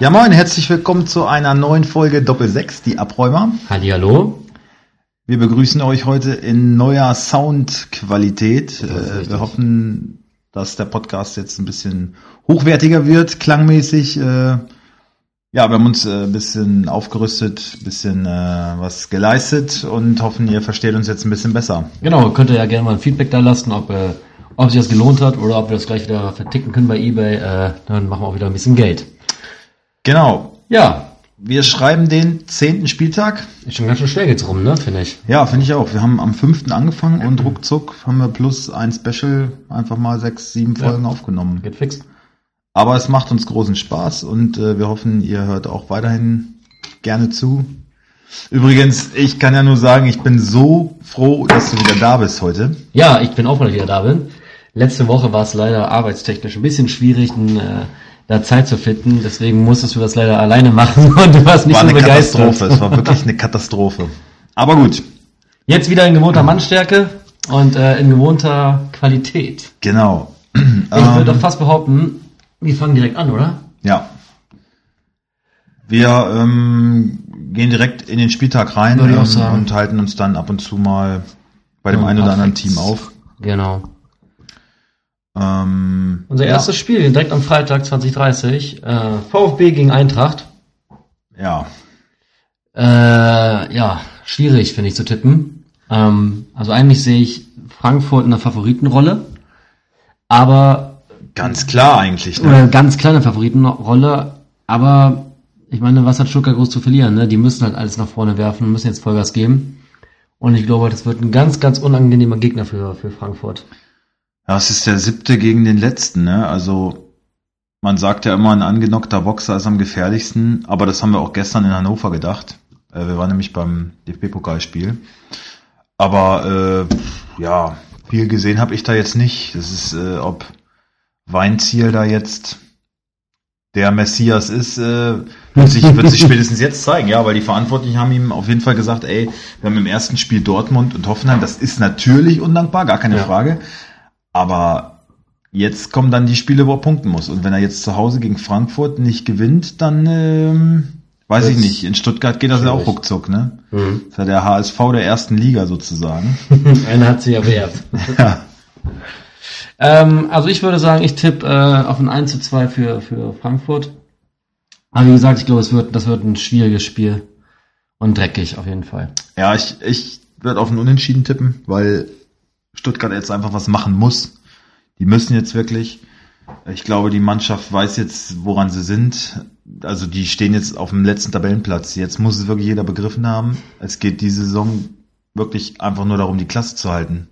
Ja moin, herzlich willkommen zu einer neuen Folge Doppel 6, die Abräumer. Hallihallo. Wir begrüßen euch heute in neuer Soundqualität. Das ist Äh, richtig. wir hoffen, dass der Podcast jetzt ein bisschen hochwertiger wird, klangmäßig. Äh, ja, wir haben uns äh, ein bisschen aufgerüstet, ein bisschen äh, was geleistet und hoffen, ihr versteht uns jetzt ein bisschen besser. Genau, könnt ihr ja gerne mal ein Feedback da lassen, ob, äh, ob sich das gelohnt hat oder ob wir das gleich wieder verticken können bei Ebay. Äh, dann machen wir auch wieder ein bisschen Geld. Genau. Ja, Wir schreiben den zehnten Spieltag. ist schon ganz schön schnell geht's rum, ne, finde ich. Ja, finde ich auch. Wir haben am fünften angefangen und ruckzuck haben wir plus ein Special einfach mal sechs, sieben Ja. Folgen aufgenommen. Geht fix. Aber es macht uns großen Spaß und äh, wir hoffen, ihr hört auch weiterhin gerne zu. Übrigens, ich kann ja nur sagen, ich bin so froh, dass du wieder da bist heute. Ja, ich bin auch mal wieder da bin. Letzte Woche war es leider arbeitstechnisch ein bisschen schwierig, n, äh, da Zeit zu finden. Deswegen musstest du das leider alleine machen und du warst nicht war so eine begeistert. Katastrophe, es war wirklich eine Katastrophe. Aber gut, Jetzt wieder in gewohnter Mannstärke und äh, in gewohnter Qualität. genau. Ich würde doch fast behaupten, wir fangen direkt an, oder? ja. Wir ähm, gehen direkt in den Spieltag rein ähm, Würde ich auch sagen. und halten uns dann ab und zu mal bei dem Ja, einen oder anderen perfekt. Team auf. Genau. Ähm, Unser ja. erstes Spiel direkt am Freitag 2030. Äh, VfB gegen Eintracht. Ja, Äh, ja, schwierig finde ich zu tippen. Ähm, also eigentlich sehe ich Frankfurt in der Favoritenrolle, aber ganz klar eigentlich. Ne? oder ganz kleine Favoritenrolle. Aber ich meine, was hat Stuttgart groß zu verlieren? Ne? Die müssen halt alles nach vorne werfen, müssen jetzt Vollgas geben. Und ich glaube, das wird ein ganz, ganz unangenehmer Gegner für, für Frankfurt. Ja, es ist der siebte gegen den letzten, ne? Also man sagt ja immer, ein angenockter Boxer ist am gefährlichsten, aber das haben wir auch gestern in Hannover gedacht. Äh, wir waren nämlich beim DFB-Pokalspiel. Aber äh, ja, viel gesehen habe ich da jetzt nicht. Das ist, äh, ob Weinziel da jetzt der Messias ist, äh, wird, sich, wird sich spätestens jetzt zeigen, ja, weil die Verantwortlichen haben ihm auf jeden Fall gesagt, ey, wir haben im ersten Spiel Dortmund und Hoffenheim, das ist natürlich undankbar, gar keine Ja. Frage. Aber jetzt kommen dann die Spiele, wo er punkten muss. Und wenn er jetzt zu Hause gegen Frankfurt nicht gewinnt, dann ähm, weiß ich Wird's nicht. In Stuttgart geht das ja auch schwierig. ruckzuck, ne? Mhm. Das ist ja der HSV der ersten Liga sozusagen. Einer hat sie erwehrt. Ja. Ähm, also ich würde sagen, ich tippe äh, auf ein 1 zu 2 für, für Frankfurt. Aber wie gesagt, ich glaube, es wird, das wird ein schwieriges Spiel. Und dreckig auf jeden Fall. Ja, ich, ich werde auf einen Unentschieden tippen, weil Stuttgart jetzt einfach was machen muss. Die müssen jetzt wirklich. Ich glaube, die Mannschaft weiß jetzt, woran sie sind. Also die stehen jetzt auf dem letzten Tabellenplatz. Jetzt muss es wirklich jeder begriffen haben. Es geht die Saison wirklich einfach nur darum, die Klasse zu halten.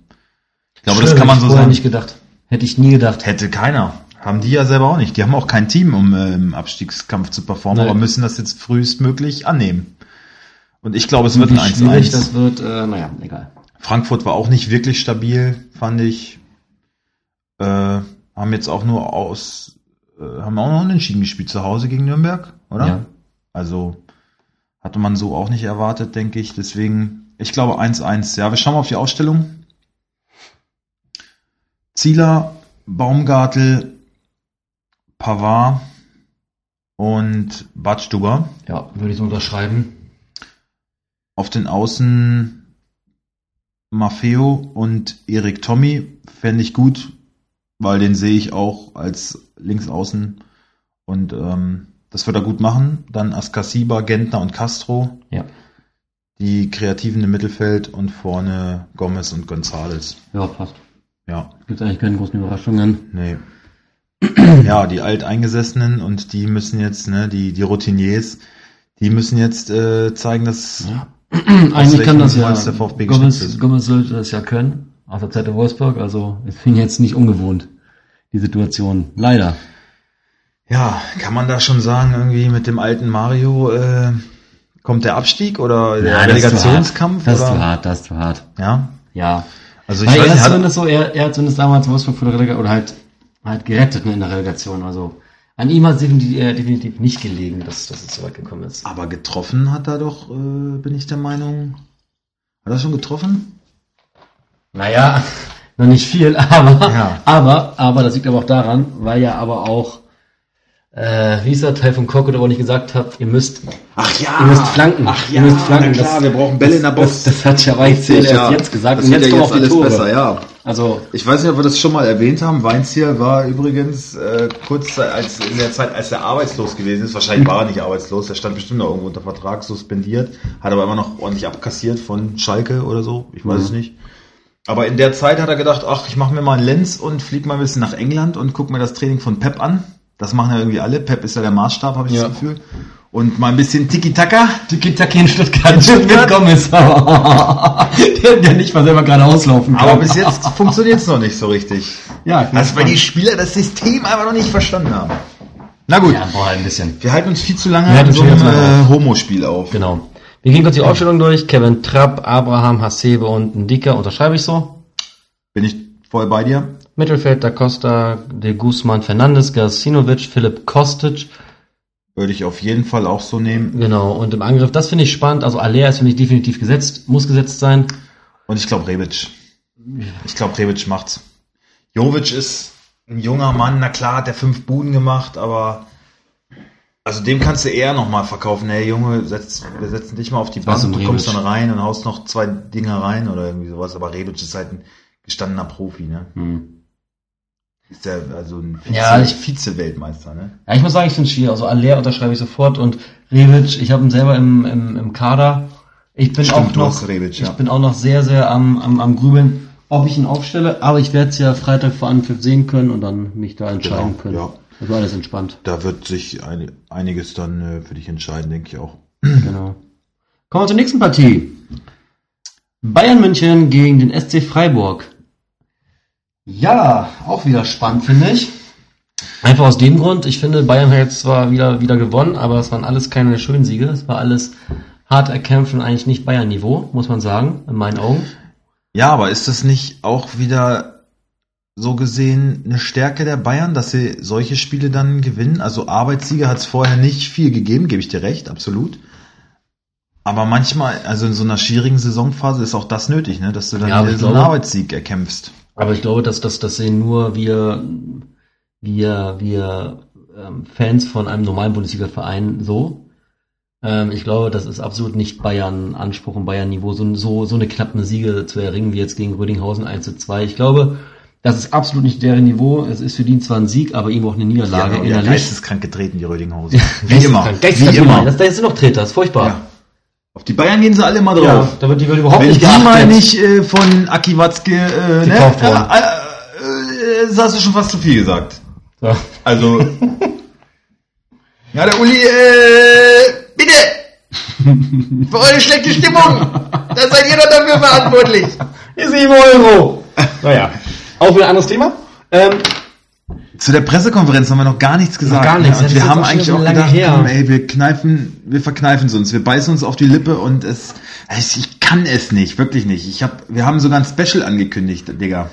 Ich glaube, das Schön, kann man hätte so ich vorher sagen. nicht gedacht. Hätte ich nie gedacht. Hätte keiner. Haben die ja selber auch nicht. Die haben auch kein Team, um äh, im Abstiegskampf zu performen, Nee. aber müssen das jetzt frühestmöglich annehmen. Und ich glaube, es wird ein Wie schwierig 1-1. Das wird, äh, naja, egal. Frankfurt war auch nicht wirklich stabil, fand ich. Äh, haben jetzt auch nur aus, äh, haben auch noch unentschieden gespielt zu Hause gegen Nürnberg, oder? Ja. Also hatte man so auch nicht erwartet, denke ich. Deswegen, ich glaube 1-1. Ja, wir schauen mal auf die Ausstellung. Zieler, Baumgartel, Pavard und Badstuber. Ja, würde ich so unterschreiben. Auf den Außen Maffeo und Erik Tommy fände ich gut, weil den sehe ich auch als Linksaußen. Und ähm, das wird er gut machen. Dann Askasiba, Gentner und Castro, Ja. die Kreativen im Mittelfeld und vorne Gomez und Gonzales. Ja, passt. Ja, Gibt eigentlich keine großen Überraschungen. nee. ja, die Alteingesessenen und die müssen jetzt, ne, die, die Routiniers, die müssen jetzt äh, zeigen, dass eigentlich kann welchem das ja. Holz der VfB geschnitzt Gomez, ist. Gomez sollte das ja können. Aus der Zeit der Wolfsburg. Also, ich bin jetzt nicht ungewohnt. Die Situation. Leider. Ja, kann man da schon sagen, irgendwie mit dem alten Mario äh, kommt der Abstieg oder der Ja, das ist zu hart. Relegationskampf? Das ist zu oder? hart, das ist zu hart. Ja, Ja. also ich Weil er, weiß hat nicht, hat, zumindest so, er, er hat zumindest damals Wolfsburg vor der Relegation oder halt, halt gerettet ne, in der Relegation. Also an ihm hat es definitiv, äh, definitiv nicht gelegen, dass, dass es so weit gekommen ist. aber getroffen hat er doch, äh, bin ich der Meinung. Hat er schon getroffen? Naja, noch nicht viel, aber, Ja. aber, aber das liegt aber auch daran, weil ja aber auch äh, wie ist der Teil von Korkut, aber nicht gesagt habe, ihr müsst, Ach ja! ihr müsst flanken. Ah, Ach ja, ihr müsst flanken. Na klar, das, wir brauchen Bälle in der das, Box. das hat ja Weinziel ja. erst jetzt gesagt das und wird jetzt ja kommen jetzt auch die alles Tore. besser, ja. Also, Ich weiß nicht, ob wir das schon mal erwähnt haben. Weinziel war übrigens äh, kurz als, in der Zeit, als er arbeitslos gewesen ist. Wahrscheinlich war er nicht arbeitslos. Er stand bestimmt noch irgendwo unter Vertrag suspendiert. Hat aber immer noch ordentlich abkassiert von Schalke oder so. Ich weiß Mhm. es nicht. Aber in der Zeit hat er gedacht, ach, ich mache mir mal einen Lenz und flieg mal ein bisschen nach England und guck mir das Training von Pep an. Das machen ja irgendwie alle. Pep ist ja der Maßstab, habe ich Ja. das Gefühl. Und mal ein bisschen Tiki-Taka. die Kitaki in Stuttgart, in Stuttgart? mit Gomez. der, der nicht mal selber gerade auslaufen kann. Aber bis jetzt funktioniert's noch nicht so richtig. Ja, ich bin Also weil die gespannt. Spieler das System einfach noch nicht verstanden haben. Na gut, Ja, boah, ein bisschen. wir halten uns viel zu lange Wir halten an uns so viel einem zu lange äh, Homo-Spiel auf. Genau. Wir gehen kurz die Aufstellung durch. Kevin Trapp, Abraham, Hasebe und Ndika unterschreibe ich so. Bin ich voll bei dir? Mittelfeld, Da Costa, De Guzman, Fernandes, Gasinovic, Philipp Kostic. Würde ich auf jeden Fall auch so nehmen. Genau. Und im Angriff, das finde ich spannend. Also Alea ist für mich definitiv gesetzt, muss gesetzt sein. Und ich glaube Rebic. Ich glaube Rebic macht's. Jovic ist ein junger Mann, na klar, hat der fünf Buden gemacht, aber also dem kannst du eher nochmal verkaufen. Hey Junge, setz, wir setzen dich mal auf die war's Bank, um du kommst Rebic. dann rein und haust noch zwei Dinger rein oder irgendwie sowas. Aber Rebic ist halt ein gestandener Profi, ne? Ist der also ein Vize, Ja, ich- Vize-Weltmeister, ne? Ja, ich muss sagen, ich finde es schwierig. Also Alea unterschreibe ich sofort und Rebic, ich habe ihn selber im, im, im Kader. Ich bin Stimmt, auch du noch, hast Rebic, ich ja. bin auch noch sehr, sehr am, am, am Grübeln, ob ich ihn aufstelle. Aber ich werde es ja Freitag vor Anpfiff sehen können und dann mich da entscheiden Genau, können. ja. Also alles entspannt. Da wird sich ein, einiges dann äh, für dich entscheiden, denke ich auch. Genau. Kommen wir zur nächsten Partie. Bayern München gegen den SC Freiburg. Ja, auch wieder spannend, finde ich. Einfach aus dem Grund, ich finde, Bayern hat jetzt zwar wieder, wieder gewonnen, aber es waren alles keine schönen Siege. Es war alles hart erkämpft und eigentlich nicht Bayern-Niveau, muss man sagen, in meinen Augen. Ja, aber ist das nicht auch wieder so gesehen eine Stärke der Bayern, dass sie solche Spiele dann gewinnen? Also Arbeitssieger hat es vorher nicht viel gegeben, gebe ich dir recht, absolut. Aber manchmal, also in so einer schwierigen Saisonphase ist auch das nötig, ne? dass du dann Ja, aber dir ich so einen glaube- Arbeitssieg erkämpfst. Aber ich glaube, dass das, das sehen nur wir, wir, wir ähm, Fans von einem normalen Bundesliga-Verein so. Ähm, ich glaube, das ist absolut nicht Bayern-Anspruch und Bayern-Niveau, so, so, so eine knappen Siege zu erringen, wie jetzt gegen Rödinghausen 1 zu 2. Ich glaube, das ist absolut nicht deren Niveau. Es ist für die zwar ein Sieg, aber eben auch eine Niederlage ja, ja, innerlich. geisteskrank getreten, die Rödinghausen. Wie immer. Geisteskrank, Wie immer. Das, das sind noch Treter, das ist furchtbar. Ja. Auf die Bayern gehen sie alle immer drauf. Ja, da wird die wird überhaupt Wenn nicht die mal geachtet. nicht äh, von Aki Watzke, äh, ne? Gekauft wurden. Äh, äh, äh, das hast du schon fast zu viel gesagt. So. Also. ja, der Uli, äh, bitte! Für eure schlechte Stimmung! Da seid ihr doch dafür verantwortlich! Hier ist eben Euro. Naja, auch wieder ein anderes Thema. Ähm, Zu der Pressekonferenz haben wir noch gar nichts gesagt. gar nichts. ne? Ja, Und das wir ist haben auch schon eigentlich so auch lange gedacht, her. komm, ey, wir kneifen, wir verkneifen es uns, wir beißen uns auf die Lippe und es, ich, ich kann es nicht, wirklich nicht. Ich hab, wir haben sogar ein Special angekündigt, Digga.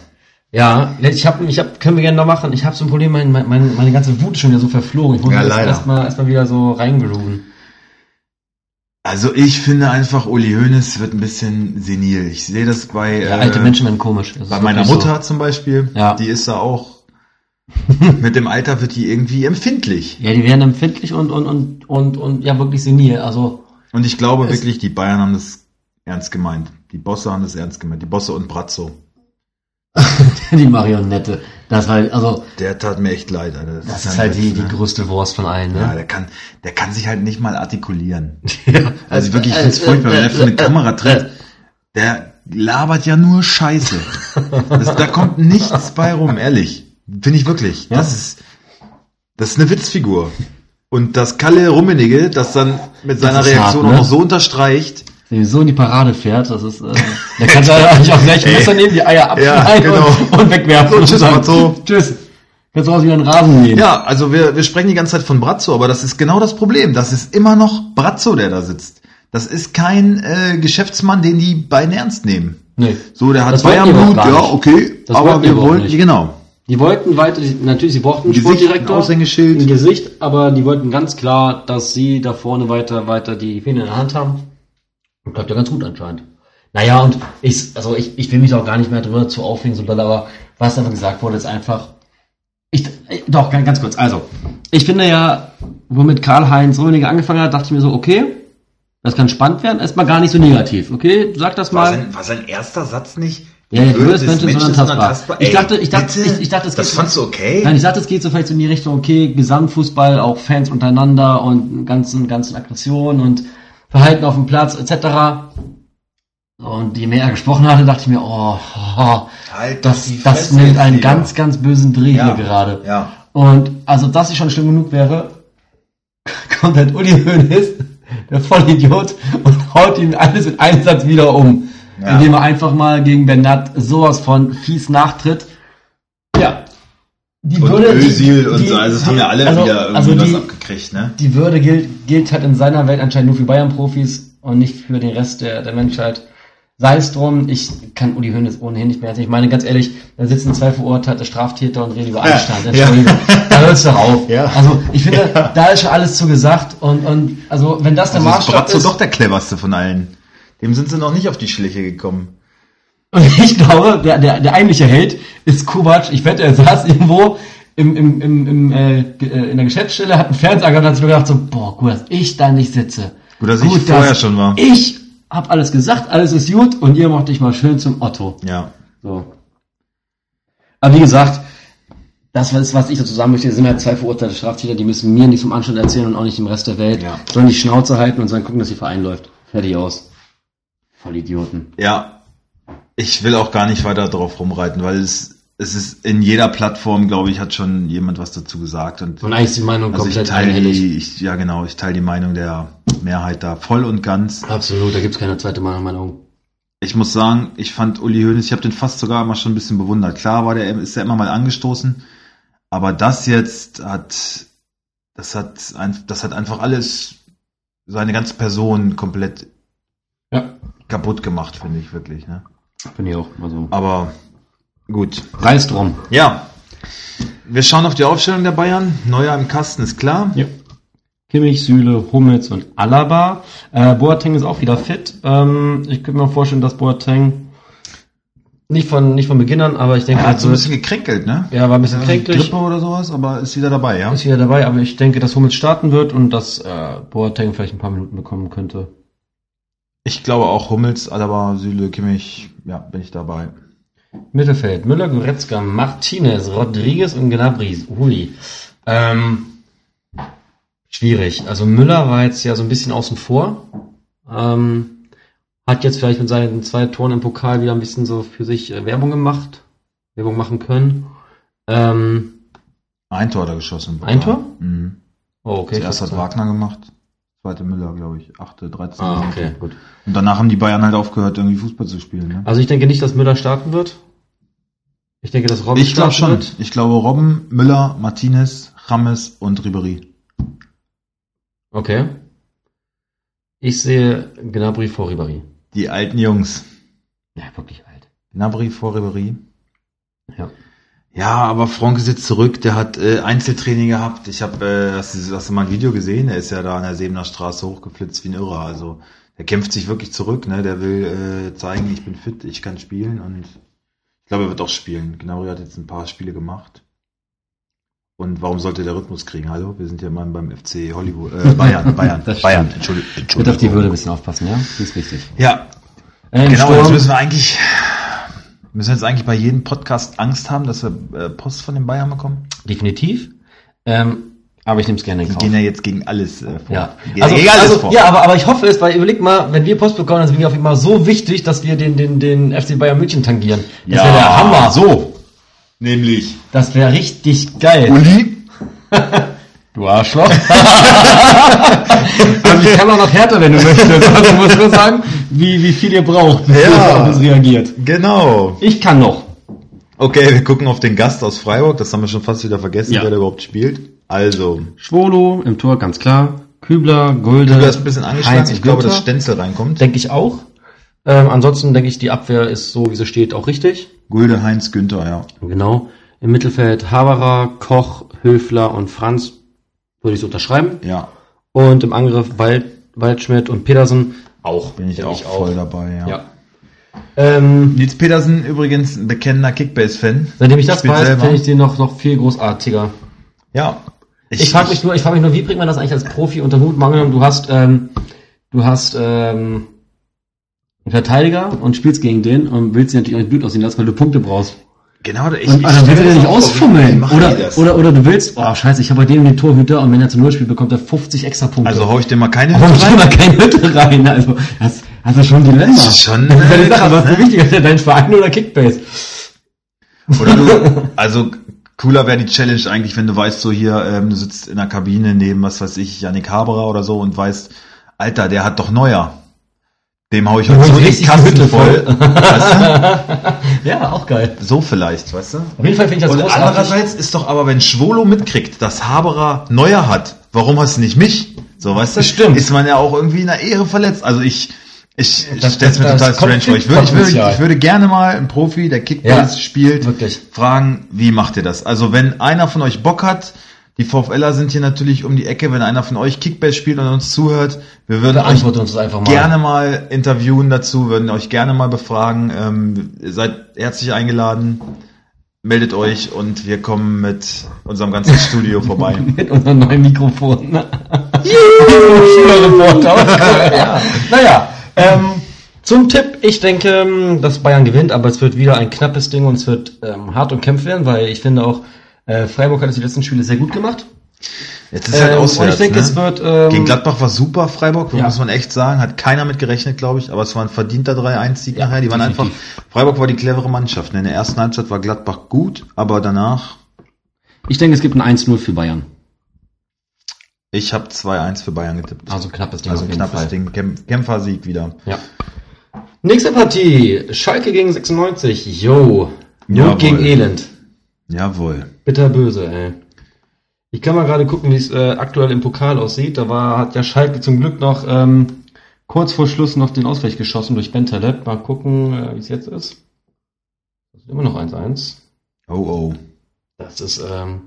Ja, ne, ich habe, ich hab, können wir gerne noch machen. Ich habe so ein Problem, mein, mein, meine- meine ganze Wut ist schon wieder so verflogen. Ich muss Ja, mich jetzt leider. erstmal erstmal wieder so reingrooven. Also ich finde einfach, Uli Hoeneß wird ein bisschen senil. Ich sehe das bei, Ja, alte äh, Menschen werden komisch. Das ist bei meiner wirklich Mutter zum Beispiel. Ja. Die ist da auch, mit dem Alter wird die irgendwie empfindlich. So. Ja, die werden empfindlich und, und, und, und, und ja, wirklich senil. Also, Und ich glaube Es- wirklich, die Bayern haben das ernst gemeint. Die Bosse haben das ernst gemeint. Die Bosse und Brazzo. die Marionette. Das war, also, Der tat mir echt leid, Alter. das ja ist ein halt die, Witz, die ne? größte Wurst von allen, Ja, ne? der kann, der kann sich halt nicht mal artikulieren. Ja. Also wirklich, ich find's Äh, furchtbar, wenn äh, er vor eine äh, Kamera äh. tritt. Der labert ja nur Scheiße. Das, da kommt nichts bei rum, ehrlich. Finde ich wirklich. Ja. Das ist, das ist eine Witzfigur. Und dass Kalle Rummenigge das dann mit seiner ist hart, Reaktion ne? auch noch so unterstreicht. Wenn die so in die Parade fährt, das ist, äh, der kann da eigentlich auch gleich Ey. Messer nehmen, die Eier abschneiden Ja, und, genau. und wegwerfen. So, und tschüss, sagen, Matzo. Tschüss. Kannst du raus wieder in den Rasen gehen. Ja, also wir, wir sprechen die ganze Zeit von Brazzo, aber das ist genau das Problem. Das ist immer noch Brazzo, der da sitzt. Das ist kein äh, Geschäftsmann, den die beiden ernst nehmen. Nee. So, der hat Das wollten die Bayernblut, doch gar ja, nicht. okay, Das wollten aber die wir doch wollen, nicht. genau. Die wollten weiter, die, natürlich, sie brauchten einen Gesicht, Sportdirektor, ein Aushängeschild. ein Gesicht, aber die wollten ganz klar, dass sie da vorne weiter, weiter die Fähne in der Hand haben. Und klappt ja ganz gut anscheinend. Naja, und ich, also ich, ich will mich auch gar nicht mehr drüber zu aufregen, so doll, aber was einfach gesagt wurde, ist einfach, ich, äh, doch, ganz, ganz kurz, also, ich finde ja, womit Karl-Heinz Rummenigge angefangen hat, dachte ich mir so, okay, das kann spannend werden. Erstmal gar nicht so negativ, okay? Sag das War mal. sein, war sein erster Satz nicht? Ja, ja, die Würde des Menschen ist unantastbar. unantastbar. Ich Ey, dachte- ich dachte- bitte? ich- ich dachte, es das geht- fandst du okay? Nein, ich dachte, es geht so vielleicht so in die Richtung, okay, Gesamtfußball, auch Fans untereinander und ganzen, ganzen Aggressionen und Verhalten auf dem Platz etc. Und je mehr er gesprochen hatte, dachte ich mir, oh, halt doch das, die das Fresse nimmt jetzt einen wieder. ganz, ganz bösen Dreh Ja. hier gerade. Ja, Und also, dass ich schon schlimm genug wäre, kommt halt Uli Hoeneß, der Vollidiot, und haut ihm alles in einem Satz wieder um. Ja. Indem er einfach mal gegen Bernat sowas von fies nachtritt. Ja. Die und die- Özil und die- so, also das haben die- ja alle also- wieder irgendwie also die, was abgekriegt, ne? die Würde gilt, gilt halt in seiner Welt anscheinend nur für Bayern-Profis und nicht für den Rest der, der Menschheit. Sei es drum, ich kann Uli Hoeneß ohnehin nicht mehr. Also ich meine, ganz ehrlich, da sitzen zwei verurteilte Straftäter und reden über Einstein. ja. Entschuldigung, da hört's doch auf. Ja. Also ich finde, da ist schon alles zu gesagt und, und also wenn das der Also ist Maßstab Bratzo ist, doch der cleverste von allen. Dem sind sie noch nicht auf die Schliche gekommen. und ich glaube, der, der, der eigentliche Held ist Kovac. Ich wette, er saß irgendwo im, im, im, im, äh, ge- äh, in der Geschäftsstelle, hat einen Fernseher angehört und hat sich nur gedacht so, boah, gut, dass ich da nicht sitze. Gut, dass ich vorher schon Ah. war. Ich hab alles gesagt, alles ist gut und ihr macht dich mal schön zum Otto. Ja. So. Aber wie gesagt, das, was, was ich dazu sagen möchte, sind halt zwei verurteilte Straftäter, die müssen mir nichts vom Anstand erzählen und auch nicht dem Rest der Welt. Ja. Sollen die Schnauze halten und sollen gucken, dass ihr Verein läuft. Fertig aus. Voll Idioten. Ja. Ich will auch gar nicht weiter drauf rumreiten, weil es, es ist in jeder Plattform, glaube ich, hat schon jemand was dazu gesagt. Und Und eigentlich ist die Meinung also ich komplett teile einhellig. die, ich, ja genau, ich teile die Meinung der Mehrheit da voll und ganz. Absolut, da gibt's keine zweite Meinung in meinen Augen. Ich muss sagen, ich fand Uli Hoeneß, ich habe den fast sogar mal schon ein bisschen bewundert. Klar war der, ist er immer mal angestoßen, aber das jetzt hat, das hat, ein, das hat einfach alles, seine ganze Person komplett Ja, kaputt gemacht, finde ich wirklich. Ne? finde ich auch. Also. Aber gut, Reiß drum. ja. Wir schauen auf die Aufstellung der Bayern. Neuer im Kasten ist klar. Ja. Kimmich, Süle, Hummels und Alaba. Äh, Boateng ist auch wieder fit. Ähm, ich könnte mir auch vorstellen, dass Boateng nicht von nicht von Beginn an, aber ich denke, Er hat so ein wird- bisschen gekränkelt, ne? ja, war also ein bisschen kränklich, Grippe oder sowas, aber ist wieder dabei, ja? ist wieder dabei, aber ich denke, dass Hummels starten wird und dass äh, Boateng vielleicht ein paar Minuten bekommen könnte. Ich glaube auch Hummels, Alaba, Süle, Kimmich, ja, bin ich dabei. Mittelfeld, Müller, Goretzka, Martinez, Rodriguez und Gnabry. Ui. Ähm, schwierig. Also Müller war jetzt ja so ein bisschen außen vor. Ähm, hat jetzt vielleicht mit seinen zwei Toren im Pokal wieder ein bisschen so für sich äh, Werbung gemacht. Werbung machen können. Ähm, Ein Tor hat er geschossen. im Ein Pokal. Tor? Mhm. oh, okay. Zuerst hat Wagner gemacht, zweite Müller, glaube ich, achte, 13. Ah, okay, gut. Und danach haben die Bayern halt aufgehört, irgendwie Fußball zu spielen. Ne? Also ich denke nicht, dass Müller starten wird. Ich denke, dass Robben ich glaube starten schon. wird. Ich glaube Robben, Müller, Martinez, James und Ribery. Okay. Ich sehe Gnabry vor Ribéry. Die alten Jungs. Ja, wirklich alt. Gnabry vor Ribery. Ja. Ja, aber Franck ist jetzt zurück. Der hat äh, Einzeltraining gehabt. Ich habe, äh, hast, du- hast du mal ein Video gesehen? Er ist ja da an der Sebener Straße hochgeflitzt wie ein Irrer. Also der kämpft sich wirklich zurück. Ne, der will äh, zeigen, ich bin fit, ich kann spielen und ich glaube, er wird auch spielen. Gnabry hat jetzt ein paar Spiele gemacht. Und warum sollte der Rhythmus kriegen? Hallo, wir sind ja mal beim FC Hollywood äh, Bayern, Bayern, Das Bayern. stimmt. Entschuldigung, Bitte auf die Würde Entschuldigung. ein bisschen aufpassen, ja? Die ist wichtig. Ja, Äh, im Genau, Sturm- jetzt müssen wir eigentlich, müssen wir jetzt eigentlich bei jedem Podcast Angst haben, dass wir äh, Post von den Bayern bekommen? definitiv. Ähm, aber ich nehme es gerne in Die Kauf. gehen ja jetzt gegen alles äh, vor. Ja, Gehen also, gegen alles also vor. ja, aber, aber ich hoffe es, weil überleg mal, wenn wir Post bekommen, dann sind wir auf immer so wichtig, dass wir den, den, den FC Bayern München tangieren. Das Ja, wäre der Hammer. So. Nämlich. Das wäre richtig geil. Uli. Du Arschloch. also ich kann auch noch härter, wenn du möchtest. Also muss nur sagen, wie, wie viel ihr braucht, bis Ja. ihr auf uns reagiert. Genau. Ich kann noch. Okay, wir gucken auf den Gast aus Freiburg. Das haben wir schon fast wieder vergessen, Ja. Äh, wer da überhaupt spielt. Also, Schwolo im Tor, ganz klar. Kübler, Gulde. du hast ein bisschen angeschlagen. Heinz ich glaube, Günther. dass Stenzel reinkommt. Denke ich auch. Ähm, ansonsten denke ich, die Abwehr ist so, wie sie steht, auch richtig. Gulde, Heinz, Günther, ja. Genau. Im Mittelfeld Haberer, Koch, Höfler und Franz würde ich so unterschreiben. Ja. Und im Angriff Wald, Waldschmidt und Petersen auch. Bin ich Denke auch voll dabei, ja. Ja. Ähm, Nils Petersen übrigens ein Äh, bekennender Kickbase-Fan. seitdem ich das Spielt weiß, selber. finde ich den noch, noch viel großartiger. Ja, Ich, frage mich nur, ich frage mich nur, wie bringt man das eigentlich als Profi unter den Hut? Mal angenommen, du hast, ähm, du hast ähm, einen Verteidiger und spielst gegen den und willst dir natürlich auch nicht blöd aussehen lassen, weil du Punkte brauchst. Genau, ich, Und dann stell will mir er das nicht auch vor, wie- wie ausfummeln. machen die Oder, das? oder, oder du willst, oh scheiße, ich habe bei dem den Torhüter und wenn er zu Null spielt, bekommt er 50 extra Punkte. Also hau ich dir mal keine Warum Hütte rein? schreibt man keine Hütte rein? Also, das, das ist schon ein Dilemma. Das ist schon, das ist äh, eine Sache, was krass, ist ne? wichtiger, dein Verein oder Kickbase? Oder du, also cooler wäre die Challenge eigentlich, wenn du weißt, so hier, ähm, du sitzt in der Kabine neben, was weiß ich, Janik Haberer oder so und weißt, Alter, der hat doch Neuer. Dem hau ich heute holst so du den richtig die Kasten Hütte voll. voll. weißt Ja, auch geil. du? So vielleicht, weißt du? Auf jeden Fall finde ich das Und großartig. andererseits ist doch aber, wenn Schwolo mitkriegt, dass Haberer Neuer hat, warum hast du nicht mich? So, weißt du? Stimmt. Ist man ja auch irgendwie in der Ehre verletzt. Also ich, ich, ich Das- stelle es mir das- total das strange vor. Ich würde, ich, würde, Konfliktpotenzial. ich würde gerne mal einen Profi, der Kickbase Ja, spielt, wirklich. fragen, wie macht ihr das? Also wenn einer von euch Bock hat, die VfLer sind hier natürlich um die Ecke, wenn einer von euch Kickbase spielt und uns zuhört, wir würden euch Beantworte uns das einfach mal. gerne mal interviewen dazu, würden euch gerne mal befragen. Ähm, ihr seid herzlich eingeladen. Meldet euch und wir kommen mit unserem ganzen Studio vorbei. Mit unserem neuen Mikrofon. Schülerreporter. ja. Naja, ähm, zum Tipp. Ich denke, ähm, dass Bayern gewinnt, aber es wird wieder ein knappes Ding und es wird ähm, hart umkämpft werden, weil ich finde auch, äh, Freiburg hat es die letzten Spiele sehr gut gemacht. Jetzt ist halt Ähm, auswärts. und ich denke, ne? es wird... Ähm, Gegen Gladbach war super, Freiburg, Ja. muss man echt sagen. Hat keiner mit gerechnet, glaube ich. Aber es war ein verdienter 3-1-Sieg Ja, nachher. Die waren einfach, definitiv. Freiburg war die clevere Mannschaft. ne? In der ersten Halbzeit war Gladbach gut, aber danach, Ich denke, es gibt ein 1-0 für Bayern. ich habe 2-1 für Bayern getippt. Also ein knappes Ding Also auf ein jeden knappes Fall. Ding. Kämp Kämpfersieg wieder. Ja. Nächste Partie. Schalke gegen 96. Yo. Jawohl. Not gegen Elend. Jawohl. Bitterböse, ey. Ich kann mal gerade gucken, wie es äh, aktuell im Pokal aussieht. Da war, hat ja Schalke zum Glück noch ähm, kurz vor Schluss noch den Ausgleich geschossen durch Bentaleb. Mal gucken, äh, wie es jetzt ist. Das ist immer noch 1-1. Oh, oh. Das ist, ähm,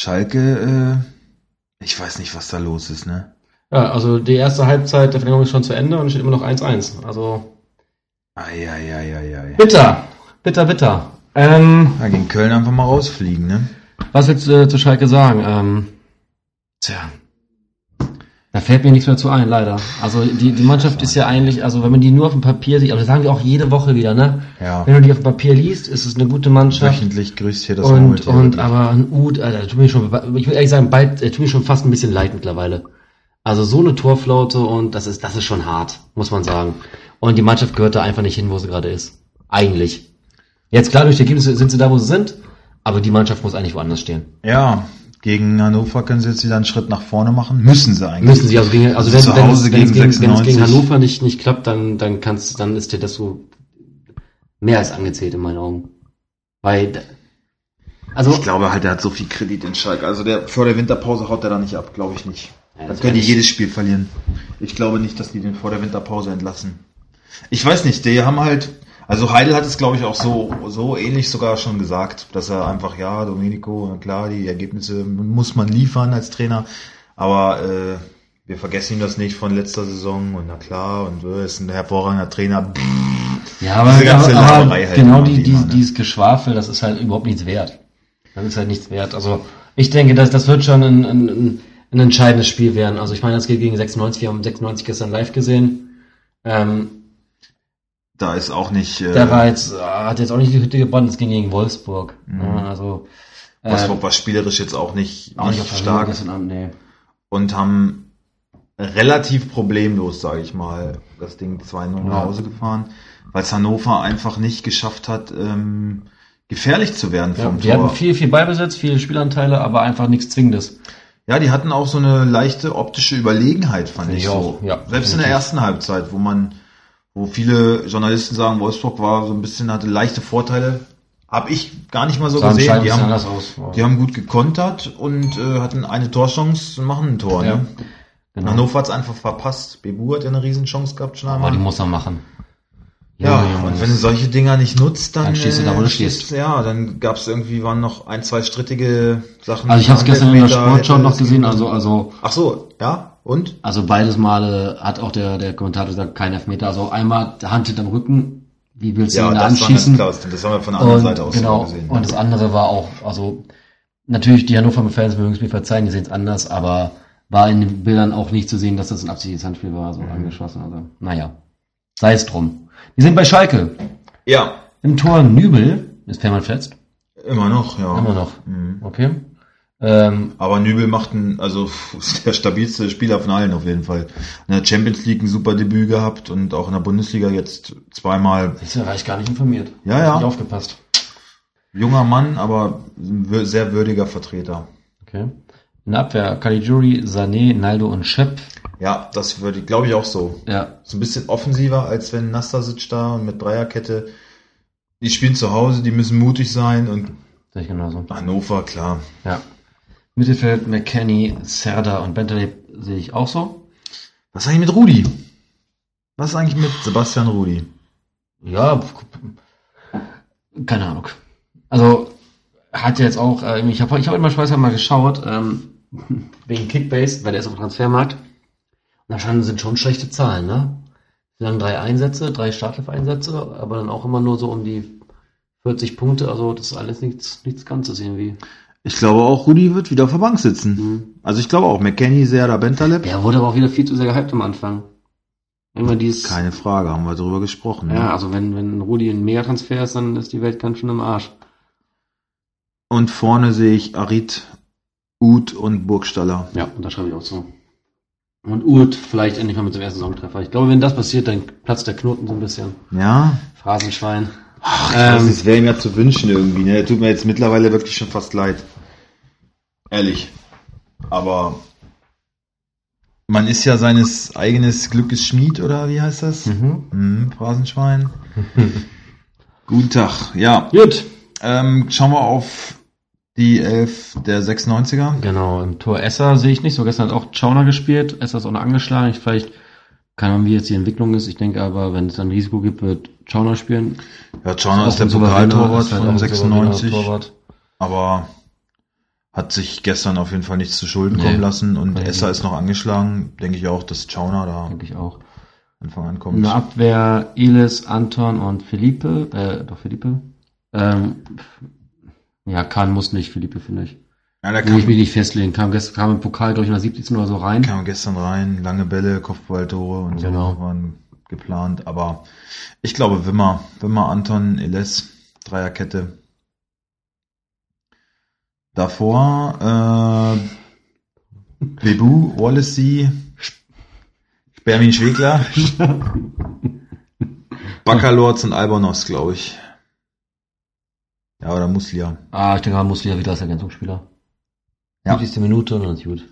Schalke, äh, ich weiß nicht, was da los ist, ne? ja, also die erste Halbzeit der Verlängerung ist schon zu Ende und es steht immer noch 1-1. Also Eieieiei. bitter. Bitter, bitter. Ähm, Ja, gegen Köln einfach mal rausfliegen, ne? Was willst du äh, zu Schalke sagen? Ähm, tja. Da fällt mir nichts mehr zu ein, leider. Also die, die Mannschaft ist ja eigentlich, also wenn man die nur auf dem Papier sieht, aber das sagen die auch jede Woche wieder, ne? Ja. Wenn du die auf dem Papier liest, ist es eine gute Mannschaft. Wöchentlich grüßt hier das Und, und wirklich. aber ein Ut, Alter, tut mir schon, ich will ehrlich sagen, bald, äh, tut mir schon fast ein bisschen leid mittlerweile. Also so eine Torflaute und das ist, das ist schon hart, muss man sagen. Und die Mannschaft gehört da einfach nicht hin, wo sie gerade ist. Eigentlich. Jetzt klar, durch die Ergebnisse sind sie da, wo sie sind, aber die Mannschaft muss eigentlich woanders stehen. Ja, gegen Hannover können sie jetzt wieder einen Schritt nach vorne machen. Müssen sie eigentlich. Müssen sie also gegen, also wenn, Zu wenn, Hause es, wenn, es gegen gegen, wenn es 96. gegen Hannover nicht, nicht klappt, dann, dann kannst, dann ist dir das so mehr als angezählt in meinen Augen. Weil, da- also, Ich glaube halt, der hat so viel Kredit in Schalke. Also der, vor der Winterpause haut er da nicht ab, glaube ich nicht. Ja, Dann das können die kann ich- jedes Spiel verlieren. Ich glaube nicht, dass die den vor der Winterpause entlassen. Ich weiß nicht, die haben halt, also Heidel hat es glaube ich auch so, so ähnlich sogar schon gesagt, dass er einfach, ja, Domenico, na klar, die Ergebnisse muss man liefern als Trainer, aber äh, wir vergessen ihm das nicht von letzter Saison und na klar, und äh, ist ein hervorragender Trainer. ja, aber, diese ganze aber, aber Laberei halt genau immer, die, die die, man, ne? dieses Geschwafel, das ist halt überhaupt nichts wert. Das ist halt nichts wert. Also, ich denke, das, das wird schon ein, ein, ein, ein entscheidendes Spiel werden. Also, ich meine, das geht gegen 96. Wir haben 96 gestern live gesehen. Ähm, Da ist auch nicht, äh, der war jetzt, ah, hat jetzt auch nicht die Hütte gebrannt, es ging gegen Wolfsburg. Mhm. Ja, also, äh, Wolfsburg war spielerisch jetzt auch nicht, auch nicht auf nicht stark. Gestern Abend, nee. und haben relativ problemlos, sage ich mal, das Ding 2-0 nach Ja. Hause gefahren, weil es Hannover einfach nicht geschafft hat, ähm, gefährlich zu werden Ja, vom die Tor. hatten viel, viel Ballbesitz, viele Spielanteile, aber einfach nichts Zwingendes. ja, die hatten auch so eine leichte optische Überlegenheit, fand Finde ich ich so. auch, ja, Selbst in der definitiv. ersten Halbzeit, wo man, wo viele Journalisten sagen, Wolfsburg war so ein bisschen, hatte leichte Vorteile, habe ich gar nicht mal so Sahen gesehen. scheinbar Die ein bisschen haben, anders aus. Ja, die haben gut gekontert und äh, hatten eine Torchance und machen ein Tor. Ja. Ne? genau. Hannover hat es einfach verpasst. Bebu hat ja eine Riesenchance gehabt, schon aber einmal. die muss er machen. ja, Junge, Junge, und wenn du solche Dinger nicht nutzt, dann, Dann stehst du da, wo du äh, stehst. Ja, dann gab es irgendwie, waren noch ein, zwei strittige Sachen. also ich habe es gestern in der Elfmeter, Sportschau hätte noch es- gesehen, also, also, Ach so, ja, und? also beides Male hat auch der, der Kommentator gesagt, kein Elfmeter. Also einmal Hand hinterm Rücken, wie willst du ihn da das war ganz anschießen? klar. Das haben wir von der anderen Seite aus genau, gesehen. und das andere war auch, also Natürlich, die Hannover Fans mögen es mir verzeihen, die sehen es anders, aber war in den Bildern auch nicht zu sehen, dass das ein absichtliches Handspiel war, so Mhm. angeschossen. Also, naja, sei es drum. Wir sind bei Schalke. Ja, Im Tor Nübel ist permanent verletzt. immer noch, ja. Immer noch. Mhm. Okay. Ähm, Aber Nübel macht einen, also ist der stabilste Spieler von allen auf jeden Fall. In der Champions League ein super Debüt gehabt und auch in der Bundesliga jetzt zweimal siehst du, war ich gar nicht informiert. Ja, Hab ja. Nicht aufgepasst. junger Mann, aber ein wür- sehr würdiger Vertreter. Okay. In der Abwehr Caligiuri, Sané, Naldo und Schepp. Ja, das würde, glaube ich, auch so. Ja, so ein bisschen offensiver, als wenn Nastasic da und mit Dreierkette. Die spielen zu Hause, die müssen mutig sein und sehe ich genauso. Hannover, klar. Ja. Mittelfeld McKenny, Serda und Bentley sehe ich auch so. Was ist eigentlich mit Rudi? Was ist eigentlich mit Sebastian Rudi? Ja, p- keine Ahnung. Also hat ja jetzt auch, äh, ich habe ich hab immer Schweißer mal geschaut, ähm, wegen Kickbase, weil der ist auf dem Transfermarkt. Und da scheinen- sind schon schlechte Zahlen, ne? Sie haben drei Einsätze, drei Startelf-Einsätze, aber dann auch immer nur so um die 40 Punkte, also das ist alles nichts, nichts Ganzes irgendwie. Ich glaube auch, Rudi wird wieder auf der Bank sitzen. Also ich glaube auch, McKenny, Serda, Bentaleb. Der wurde aber auch wieder viel zu sehr gehypt am Anfang. Immer dieses. Keine Frage, haben wir darüber gesprochen. ne? Ja, also wenn, wenn Rudi ein Megatransfer ist, dann ist die Welt ganz schön im Arsch. Und vorne sehe ich Arid, Uth und Burgstaller. Ja, und da schreibe ich auch so. Und Urt vielleicht endlich mal mit dem ersten Songtreffer. Ich glaube, wenn das passiert, dann platzt der Knoten so ein bisschen. Ja. Phrasenschwein. Ach, Ähm. das wäre ihm ja zu wünschen irgendwie. Ne? Tut mir jetzt mittlerweile wirklich schon fast leid. Ehrlich. Aber man ist ja seines eigenes Glückes Schmied, oder wie heißt das? Mhm. Mhm, Phrasenschwein. Guten Tag. Ja, Gut. ähm, schauen wir auf die Elf der 96er. Genau, im Tor Esser sehe ich nicht. So gestern hat auch Chauner gespielt. Esser ist auch noch angeschlagen. Ich vielleicht keine Ahnung, wie jetzt die Entwicklung ist. Ich denke aber, wenn es dann Risiko gibt, wird Chauner spielen. Ja, Czarner ist Auch der ein souveräner- Pokaltorwart ist halt auch von ein souveräner 96, Torwart. aber hat sich gestern auf jeden Fall nichts zu Schulden Nee. kommen lassen und Kann ich Esser nicht. ist noch angeschlagen. Denke ich auch, dass Chauner da Denke ich auch. Anfang an kommt. In der Abwehr Elis, Anton und Felipe, äh, doch Felipe. Ähm, ja, Kahn muss nicht, Felipe finde ich. ja, da Will ich mich kam, nicht festlegen. Kam, gestern, kam im Pokal, glaube ich, in der 17. oder so rein. kam gestern rein, lange Bälle, Kopfballtore und Genau. so waren geplant. Aber ich glaube Wimmer, Wimmer, Anton, Eles, Dreierkette. Davor äh, Bebu, Wallacey, Bermin Schwegler, Baccalords und Albanos, glaube ich. Ja, oder Muslia. Ah, ich denke, man muss wieder wieder als Ergänzungsspieler. Ja. 70. Minute und dann ist gut.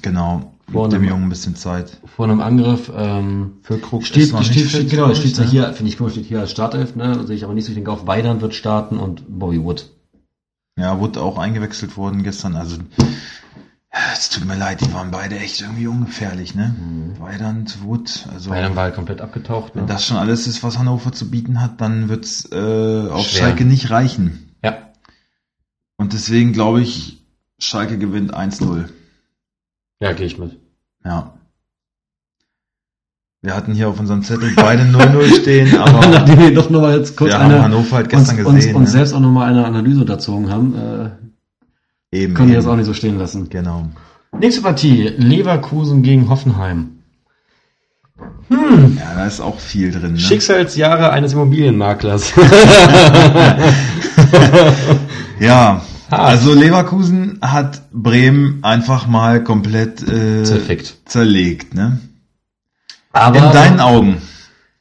Genau. Mit Vorne. dem Jungen ein bisschen Zeit. Vor einem Angriff, ähm, Für Krug steht, ist noch nicht steht, fit, steht, genau, glaub ich, steht ne? hier, finde ich cool, steht hier als Startelf, ne, sehe ich aber nicht so, ich denke auch Weidand wird starten und Bobby Wood. Ja, wurde auch eingewechselt worden gestern. Also, es tut mir leid, die waren beide echt irgendwie ungefährlich, ne? Weidand, Wood, also. Weidand war halt komplett abgetaucht, Wenn ne? das schon alles ist, was Hannover zu bieten hat, dann wird's äh, auf Schwer. Schalke nicht reichen. Ja. Und deswegen glaube ich, Schalke gewinnt 1-0. Ja, gehe ich mit. Ja. Wir hatten hier auf unserem Zettel beide 0-0 stehen, aber Nachdem wir doch nochmal jetzt kurz wir haben eine, Hannover halt gestern uns, gesehen. uns, uns ne? selbst auch nochmal eine Analyse unterzogen haben, äh, eben, können wir eben. das auch nicht so stehen lassen. Genau. Nächste Partie, Leverkusen gegen Hoffenheim. Ja, da ist auch viel drin. Ne? Schicksalsjahre eines Immobilienmaklers. Ja, Ah. also Leverkusen hat Bremen einfach mal komplett äh, Zerfickt. zerlegt, ne? Aber In deinen Augen.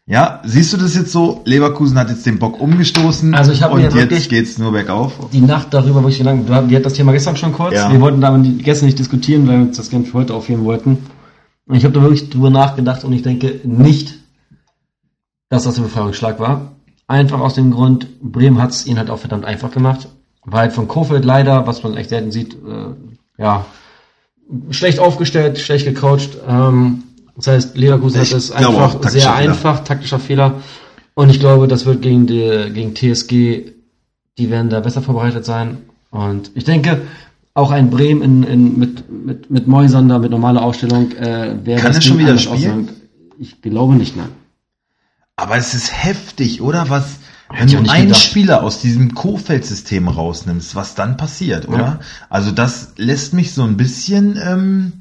Ja, siehst du das jetzt so? Leverkusen hat jetzt den Bock umgestoßen Also ich hab und mir jetzt wirklich- geht's nur bergauf. die Nacht darüber, wo ich gelangt wir hatten- wir hatten das Thema gestern schon kurz. Ja. Wir wollten da gestern nicht diskutieren, weil wir uns das gerne für heute aufheben wollten. Und ich habe da wirklich drüber nachgedacht und ich denke nicht, dass das ein Befreiungsschlag war. Einfach aus dem Grund, Bremen hat es ihnen halt auch verdammt einfach gemacht. War halt von Kofeld leider, was man echt selten sieht, äh, ja, schlecht aufgestellt, schlecht gecoacht. Ähm, das heißt, Leverkusen Ich hat es glaube einfach auch, taktischer sehr Fehler. einfach, taktischer Fehler. Und ich glaube, das wird gegen, die, gegen TSG, die werden da besser vorbereitet sein. Und ich denke, auch ein Bremen in, in, mit, mit, mit Moisander, mit normaler Ausstellung, äh, wäre Kann das er schon Ding wieder anders spielen? ne? ausgegangen. Ich glaube nicht, nein. Aber es ist heftig, oder? Was Wenn ich auch du nicht einen gedacht. Spieler aus diesem Kofeld-System rausnimmst, was dann passiert, oder? Ja. Also das lässt mich so ein bisschen ähm,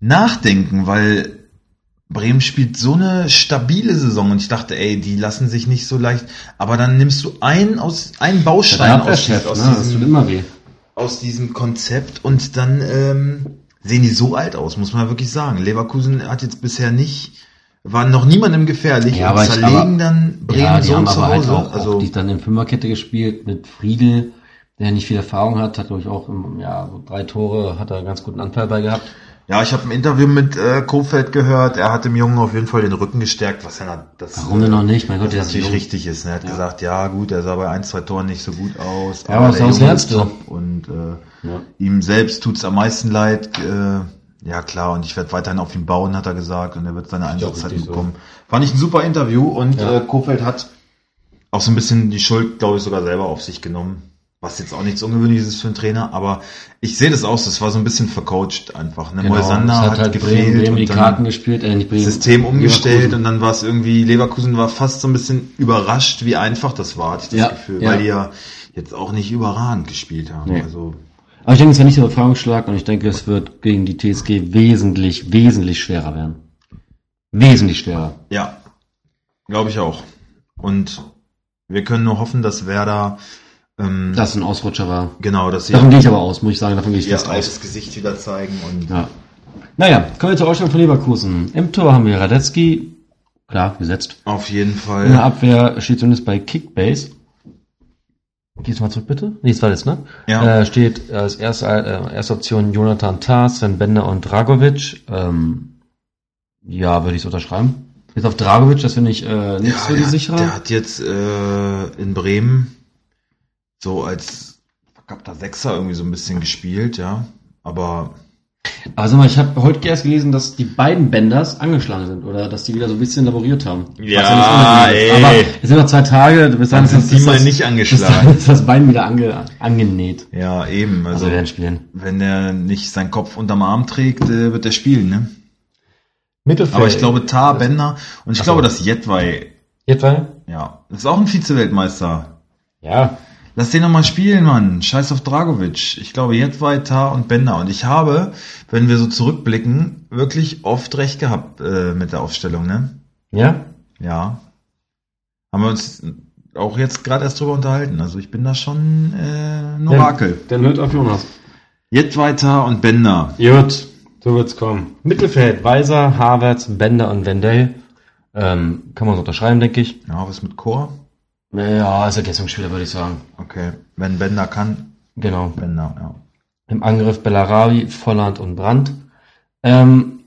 nachdenken, weil Bremen spielt so eine stabile Saison und ich dachte, ey, die lassen sich nicht so leicht. Aber dann nimmst du einen aus einen Baustein aus, Abwehrchef, aus, ne? Das tut diesem, immer weh. aus diesem Konzept und dann ähm, sehen die so alt aus, muss man wirklich sagen. Leverkusen hat jetzt bisher nicht war noch niemandem gefährlich Ja, und aber ich- zerlegen aber- dann Bremen Ja, die so haben zu aber Hause. halt auch, also, also, auch die dann in Fünferkette gespielt mit Friedel, der nicht viel Erfahrung hat, hat glaube ich auch im, ja, so drei Tore, hat er einen ganz guten Anfall bei gehabt. Ja, ich habe ein Interview mit äh, Kofeld gehört. Er hat dem Jungen auf jeden Fall den Rücken gestärkt, was er na- das, Warum denn noch nicht? Mein Gott, das der um- ist natürlich jung. richtig ist. Ne? Er hat Ja. gesagt, ja gut, er sah bei ein, zwei Toren nicht so gut aus. Ah, Ja, aber der sonst Junge lernst ist du. top Und äh, Ja. ihm selbst tut's am meisten leid. Äh, ja klar, und ich werde weiterhin auf ihn bauen, hat er gesagt. Und er wird seine ja Einsatzzeiten richtig so. bekommen. Fand ich ein super Interview. Und Ja. äh, Kofeld hat auch so ein bisschen die Schuld, glaube ich, sogar selber auf sich genommen. Was jetzt auch nichts Ungewöhnliches ist für einen Trainer, aber ich sehe das aus, das war so ein bisschen vercoacht einfach. Ne? Genau, Moisander es hat, hat halt gefehlt Bremen, Bremen die und dann Karten gespielt, äh, nicht Bremen. System umgestellt Leverkusen. und dann war es irgendwie, Leverkusen war fast so ein bisschen überrascht, wie einfach das war, hatte ich das Ja, Gefühl, ja. weil die ja jetzt auch nicht überragend gespielt haben. Nee. Also Aber ich denke, es war nicht der Erfahrungsschlag und ich denke, es wird gegen die TSG wesentlich, wesentlich schwerer werden. Wesentlich schwerer. ja, glaube ich auch. Und wir können nur hoffen, dass Werder ähm, Das ein Ausrutscher war. genau, dass sie Davon gehe ich aber aus, muss ich sagen, davon gehe ich ihr fest aus. altes Gesicht wieder zeigen und Ja. Naja, kommen wir zur Ausstellung von Leverkusen. Im Tor haben wir Radetzky, klar, gesetzt. auf jeden Fall. In der Abwehr steht zumindest bei Kickbase. Gehst du mal zurück, bitte? Nee, das war das, ne? Ja. Äh, steht als erste, äh, erste Option Jonathan Tah, Sven Bender und Dragovic. Ähm, ja, würde ich es unterschreiben. Jetzt auf Dragovic, das finde ich äh, nicht so die Ah, der, sichere. Hat, der hat jetzt äh, in Bremen so als verkappter Sechser irgendwie so ein bisschen gespielt, ja. Aber Aber sag Also mal, ich habe heute erst gelesen, dass die beiden Benders angeschlagen sind oder dass die wieder so ein bisschen laboriert haben. Ja, Was nicht unangenehm ey. ist. Aber es sind noch zwei Tage, bis dann dann ist das, sind die ist mal das, nicht bis dann angeschlagen. ist das Bein wieder ange, angenäht. Ja, eben. Also Also, wir werden spielen. wenn der nicht seinen Kopf unterm Arm trägt, äh, wird er spielen, ne? Mittelfeld. Aber ich glaube, Tar, Bender und ich Ach so. glaube, dass Jedwai, Etwa? ja, das ist auch ein Vize-Weltmeister. Ja. Lass den nochmal spielen, Mann. Scheiß auf Dragovic. Ich glaube, Jedwai, Tar und Bender. Und ich habe, wenn wir so zurückblicken, wirklich oft recht gehabt äh, mit der Aufstellung, ne? Ja? Ja. Haben wir uns auch jetzt gerade erst drüber unterhalten. Also ich bin da schon äh, ein Orakel. Dann hört auf Jonas. Jetzt weiter und Bender. Gut. So wird's kommen. Mittelfeld, Weiser, Havertz, Bender und Wendell. Ähm, kann man so unterschreiben, denke ich. Ja, was mit Chor? Ja, als Ergänzungsspieler würde ich sagen. Okay. Wenn Bender kann, Genau. Bender, ja. Im Angriff Bellarabi, Volland und Brandt. Ähm,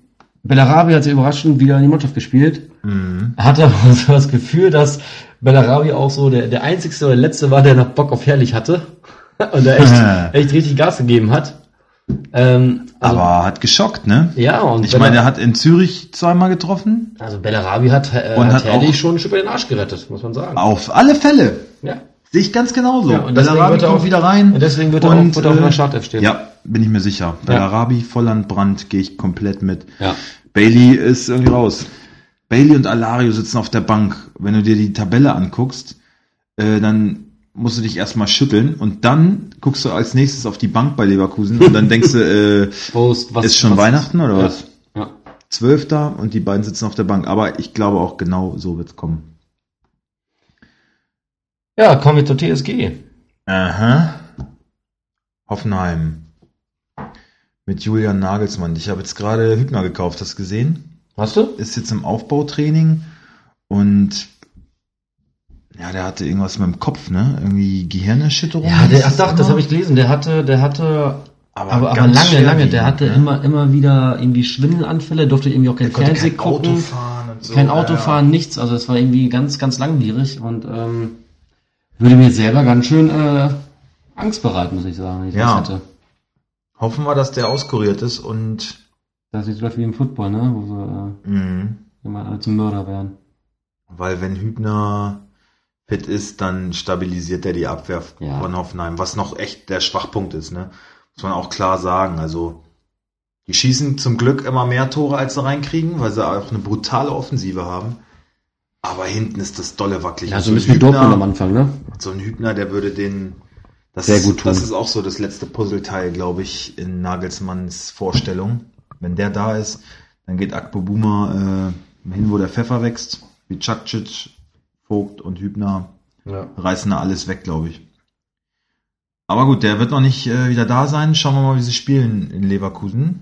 Bellarabi hat sich überraschend wieder in die Mannschaft gespielt. Mhm. Hat aber so das Gefühl, dass Bellarabi auch so der, der einzigste oder letzte war, der noch Bock auf Herrlich hatte. Und der echt, echt richtig Gas gegeben hat. Ähm, also, Aber hat geschockt, ne? ja, und Ich meine, er hat in Zürich zweimal getroffen. also Bellarabi hat, äh, Und hat hat auch- Herrlich schon ein Stück über den Arsch gerettet, muss man sagen. Auf alle Fälle. Ja. Sehe ich ganz genauso. Ja, und deswegen Bellarabi wird er kommt auch- wieder rein. Und deswegen wird er auch, wird er auch in der äh, Startelf stehen. Ja, bin ich mir sicher. Bellarabi, Volland, Brandt gehe ich komplett mit. ja. Bailey ist irgendwie raus. Bailey und Alario sitzen auf der Bank. Wenn du dir die Tabelle anguckst, äh, dann musst du dich erstmal schütteln und dann guckst du als nächstes auf die Bank bei Leverkusen und dann denkst du, äh, Prost, was, ist schon was, Weihnachten oder ja. was? Ja. Zwölfter und die beiden sitzen auf der Bank. Aber ich glaube auch genau so wird's kommen. ja, kommen wir zur TSG. Aha. Hoffenheim. Mit Julian Nagelsmann. Ich habe jetzt gerade Hübner gekauft, hast du gesehen? Hast du? ist jetzt im Aufbautraining und ja, der hatte irgendwas mit dem Kopf, ne? Irgendwie Gehirnerschütterung. Ja, der, ach, ist doch, immer. das habe ich gelesen. Der hatte, der hatte, Aber aber, aber, Ah, ganz lange, lange. schwerwiegend, Der hatte ne? immer, immer wieder irgendwie Schwindelanfälle, durfte irgendwie auch kein Der konnte Fernsehen kein Auto gucken, fahren und so. kein Ja, Auto ja. fahren, nichts. Also es war irgendwie ganz, ganz langwierig und ähm, würde mir selber ganz schön äh, Angst bereiten, muss ich sagen, wenn ich Ja. das hätte. Hoffen wir, dass der auskuriert ist und mm, Das ist läuft wie im Football, ne? Wo so mh, äh, immer alle zum Mörder werden. weil wenn Hübner fit ist, dann stabilisiert er die Abwehr Ja. von Hoffenheim, was noch echt der Schwachpunkt ist, ne? Muss man auch klar sagen. Also die schießen zum Glück immer mehr Tore, als sie reinkriegen, weil sie auch eine brutale Offensive haben. Aber hinten ist das dolle wackelig. Also Ja, so ein bisschen Hübner- Dortmund am Anfang, ne? So ein Hübner, der würde den das Sehr gut tun. Das ist auch so das letzte Puzzleteil, glaube ich, in Nagelsmanns Vorstellung. Wenn der da ist, dann geht Akpo Buma äh, hin, wo der Pfeffer wächst. Wie Cakcic, Vogt und Hübner Ja. reißen da alles weg, glaube ich. Aber gut, der wird noch nicht äh, wieder da sein. Schauen wir mal, wie sie spielen in Leverkusen.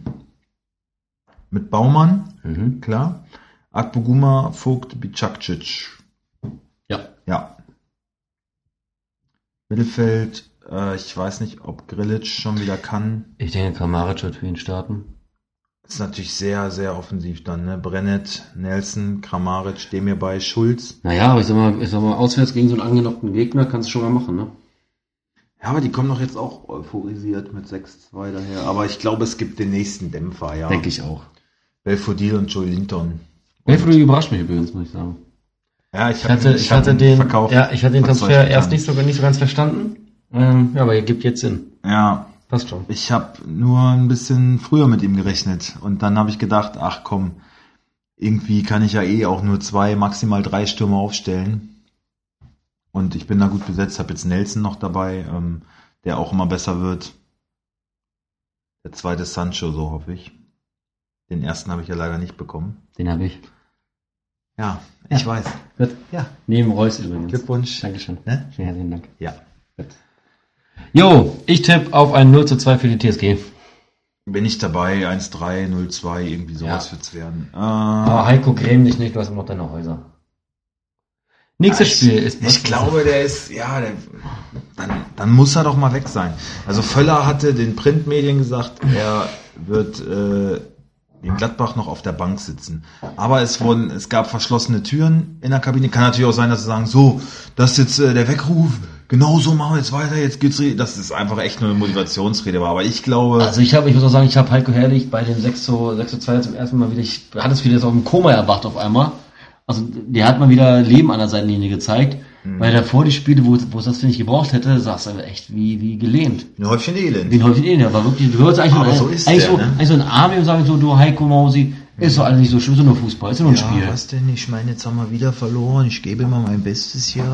Mit Baumann, Mhm. klar. Akpo Buma, Vogt, Bicakcic. Ja. Ja. Mittelfeld, äh, ich weiß nicht, ob Grillitsch schon wieder kann. Ich denke, Kramaric wird für ihn starten. Ist natürlich sehr, sehr offensiv dann, ne? Brennet, Nelson, Kramaric, dem hier bei Schulz. Naja, aber ich sag mal, ich sag mal, auswärts gegen so einen angenockten Gegner kannst du schon mal machen, ne? Ja, aber die kommen doch jetzt auch euphorisiert mit 6-2 daher. Aber ich glaube, es gibt den nächsten Dämpfer, ja. Denke ich auch. Belfodil und Joe Linton. Belfodil überrascht mich übrigens, muss ich sagen. Ja, ich, Ich hab hatte, ihn- ich hab hatte ihn den, verkauft. ja, ich hatte den Was soll Transfer ich erst sagen? nicht so, nicht so ganz verstanden. Ähm, ja, aber er gibt jetzt Sinn. Ja, Passt schon. Ich habe nur ein bisschen früher mit ihm gerechnet und dann habe ich gedacht, ach komm, irgendwie kann ich ja eh auch nur zwei, maximal drei Stürmer aufstellen. Und ich bin da gut besetzt, habe jetzt Nelson noch dabei, ähm, der auch immer besser wird. Der zweite Sancho, so hoffe ich. Den ersten habe ich ja leider nicht bekommen. Den habe ich. Ja, ich Ja. weiß. Gut. Ja, Neben Reus übrigens. Glückwunsch. Dankeschön. Ne? Vielen herzlichen Dank. Ja. Jo, ich tippe auf ein 0 zu 2 für die TSG. Bin ich dabei, 1-3, 0-2, irgendwie sowas Ja. wird's werden. Äh, Aber Ah, Heiko, gräm dich nicht, du hast immer noch deine Häuser. Nächstes Ja, ich, Spiel ist... Ich glaube, der ist, ja, der, dann, dann muss er doch mal weg sein. Also Völler hatte den Printmedien gesagt, er wird äh, in Gladbach noch auf der Bank sitzen. Aber es wurden, es gab verschlossene Türen in der Kabine. Kann natürlich auch sein, dass sie sagen, so, das ist jetzt äh, der Weckruf, genau so machen wir jetzt weiter, jetzt geht's, re- dass es einfach echt nur eine Motivationsrede war. Aber ich glaube, Also ich habe, ich muss auch sagen, ich habe Heiko Herrlich bei dem 6 zu, 6 zu 2 zum ersten Mal wieder, ich hatte es wieder so im Koma erwacht auf einmal. Also der hat mal wieder Leben an der Seitenlinie gezeigt. Hm. Weil davor die Spiele, wo, wo es das finde ich gebraucht hätte, saß er echt wie, wie gelähmt. ein Häufchen Elend. Wie häufig eh, aber wirklich, du hörst eigentlich, Aber nur, so ist eigentlich, der, so, ne? Hm. eigentlich so ein Army und sagen so, du Heiko Mausi, ist doch alles nicht so schön, ist doch nur Fußball, ist doch nur ein Spiel. Ja, was denn? Ich meine, jetzt haben wir wieder verloren. Ich gebe immer mein Bestes hier.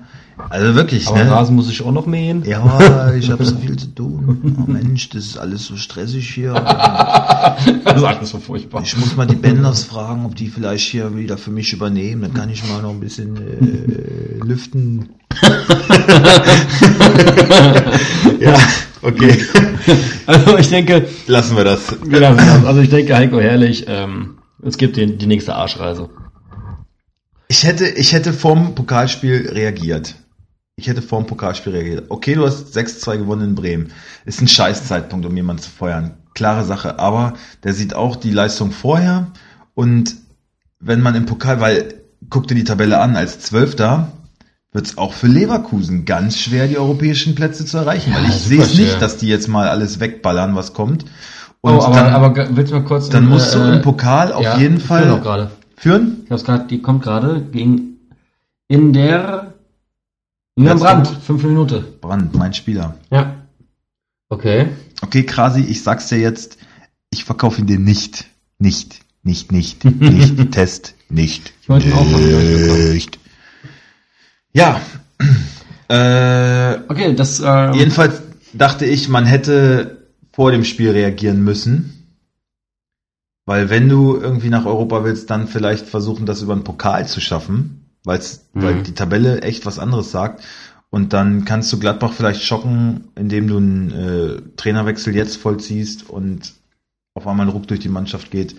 äh. Also wirklich, ne? muss ich auch noch mähen. Ja, ich habe so viel zu tun. Oh Mensch, das ist alles so stressig hier. Das ist alles so furchtbar. Ich muss mal die Benders fragen, ob die vielleicht hier wieder für mich übernehmen. Dann kann ich mal noch ein bisschen äh, lüften. ja, okay. Also ich denke, Lassen wir das. genau, genau. also ich denke, Heiko Herrlich, ähm, es gibt den, die nächste Arschreise. Ich hätte, ich hätte vorm Pokalspiel reagiert. Ich hätte vorm Pokalspiel reagiert. Okay, du hast 6-2 gewonnen in Bremen. Ist ein scheiß Zeitpunkt, um jemanden zu feuern. Klare Sache. Aber der sieht auch die Leistung vorher. Und wenn man im Pokal, weil, guck dir die Tabelle an, als Zwölfter wird es auch für Leverkusen ganz schwer, die europäischen Plätze zu erreichen. Ja, weil ich sehe super es nicht, schwer. dass die jetzt mal alles wegballern, was kommt. Und Oh, aber, dann, aber ge- willst du mal kurz... dann im, musst du äh, im Pokal auf ja, jeden ich führe noch Fall gerade. führen. Ich hab's gerade, die kommt gerade gegen... In der... Julian Letzte Brandt, fünfte Minute. Brand, mein Spieler. Ja. Okay. Okay, Krasi, ich sag's dir jetzt, ich verkaufe ihn dir nicht. Nicht, nicht, nicht, nicht, Test, nicht. Ich wollte ihn auch verkaufen. Nicht. Ja. Äh, Okay, das... Äh, jedenfalls dachte ich, man hätte vor dem Spiel reagieren müssen. Weil wenn du irgendwie nach Europa willst, dann vielleicht versuchen, das über einen Pokal zu schaffen, weil's, weil Mhm. die Tabelle echt was anderes sagt. Und dann kannst du Gladbach vielleicht schocken, indem du einen äh, Trainerwechsel jetzt vollziehst und auf einmal ein Ruck durch die Mannschaft geht.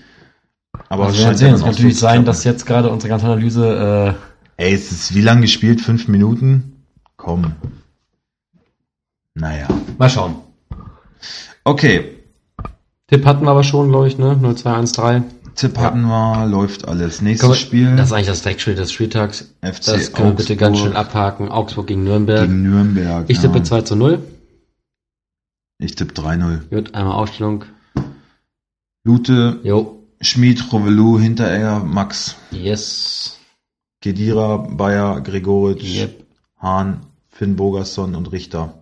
Aber Also es wir werden scheint sehen, ja dann auch es kann so natürlich zu sein, klappen. dass jetzt gerade unsere ganze Analyse äh, Ey, es ist wie lang gespielt? Fünf Minuten? Komm. Naja. äh, mal schauen. Okay, Tipp hatten wir aber schon, glaube ich, ne? 0213. Tipp hatten wir, läuft alles. Nächstes Komm, Spiel, Das ist eigentlich das Dreckspiel des Spieltags. FC Das können wir bitte Augsburg ganz schnell abhaken. Augsburg gegen Nürnberg. gegen Nürnberg. ich tippe ja. 2 zu 0. Ich tippe 3-0. Gut, einmal Aufstellung. Lute, Jo. Schmid, Rovelu, Hinteregger, Max, Yes. Kedira, Bayer, Gregoritsch, Yep. Hahn, Finn Bogerson und Richter.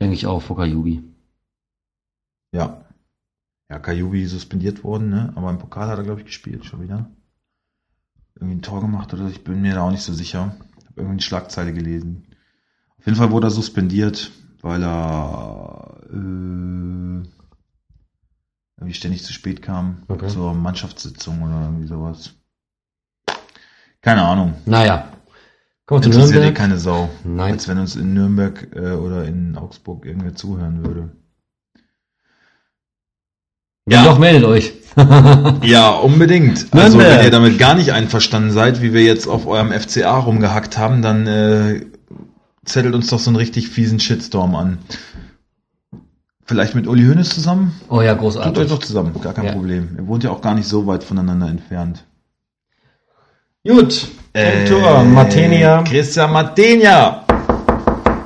Denke ich auch, Fokayubi. Ja. Ja, Kajubi suspendiert worden, ne? Aber im Pokal hat er, glaube ich, gespielt schon wieder. irgendwie ein Tor gemacht oder so. ich bin mir da auch nicht so sicher. Habe irgendwie eine Schlagzeile gelesen. Auf jeden Fall wurde er suspendiert, weil er äh, irgendwie ständig zu spät kam Okay. zur Mannschaftssitzung oder irgendwie sowas. Keine Ahnung. Naja. Kommen wir zu Interessiert eh Nürnberg. keine Sau. Nein. Als wenn uns in Nürnberg äh, oder in Augsburg irgendwer zuhören würde. Ja. Doch, meldet euch. ja, Ja, unbedingt. Also Nürnberg. wenn ihr damit gar nicht einverstanden seid, wie wir jetzt auf eurem FCA rumgehackt haben, dann äh, zettelt uns doch so einen richtig fiesen Shitstorm an. Vielleicht mit Uli Hoeneß zusammen? Oh ja, Tut euch doch großartig. zusammen, gar kein Ja. Problem. Ihr wohnt ja auch gar nicht so weit voneinander entfernt. Gut. Tor, Äh, Matenia. Christian Matenia.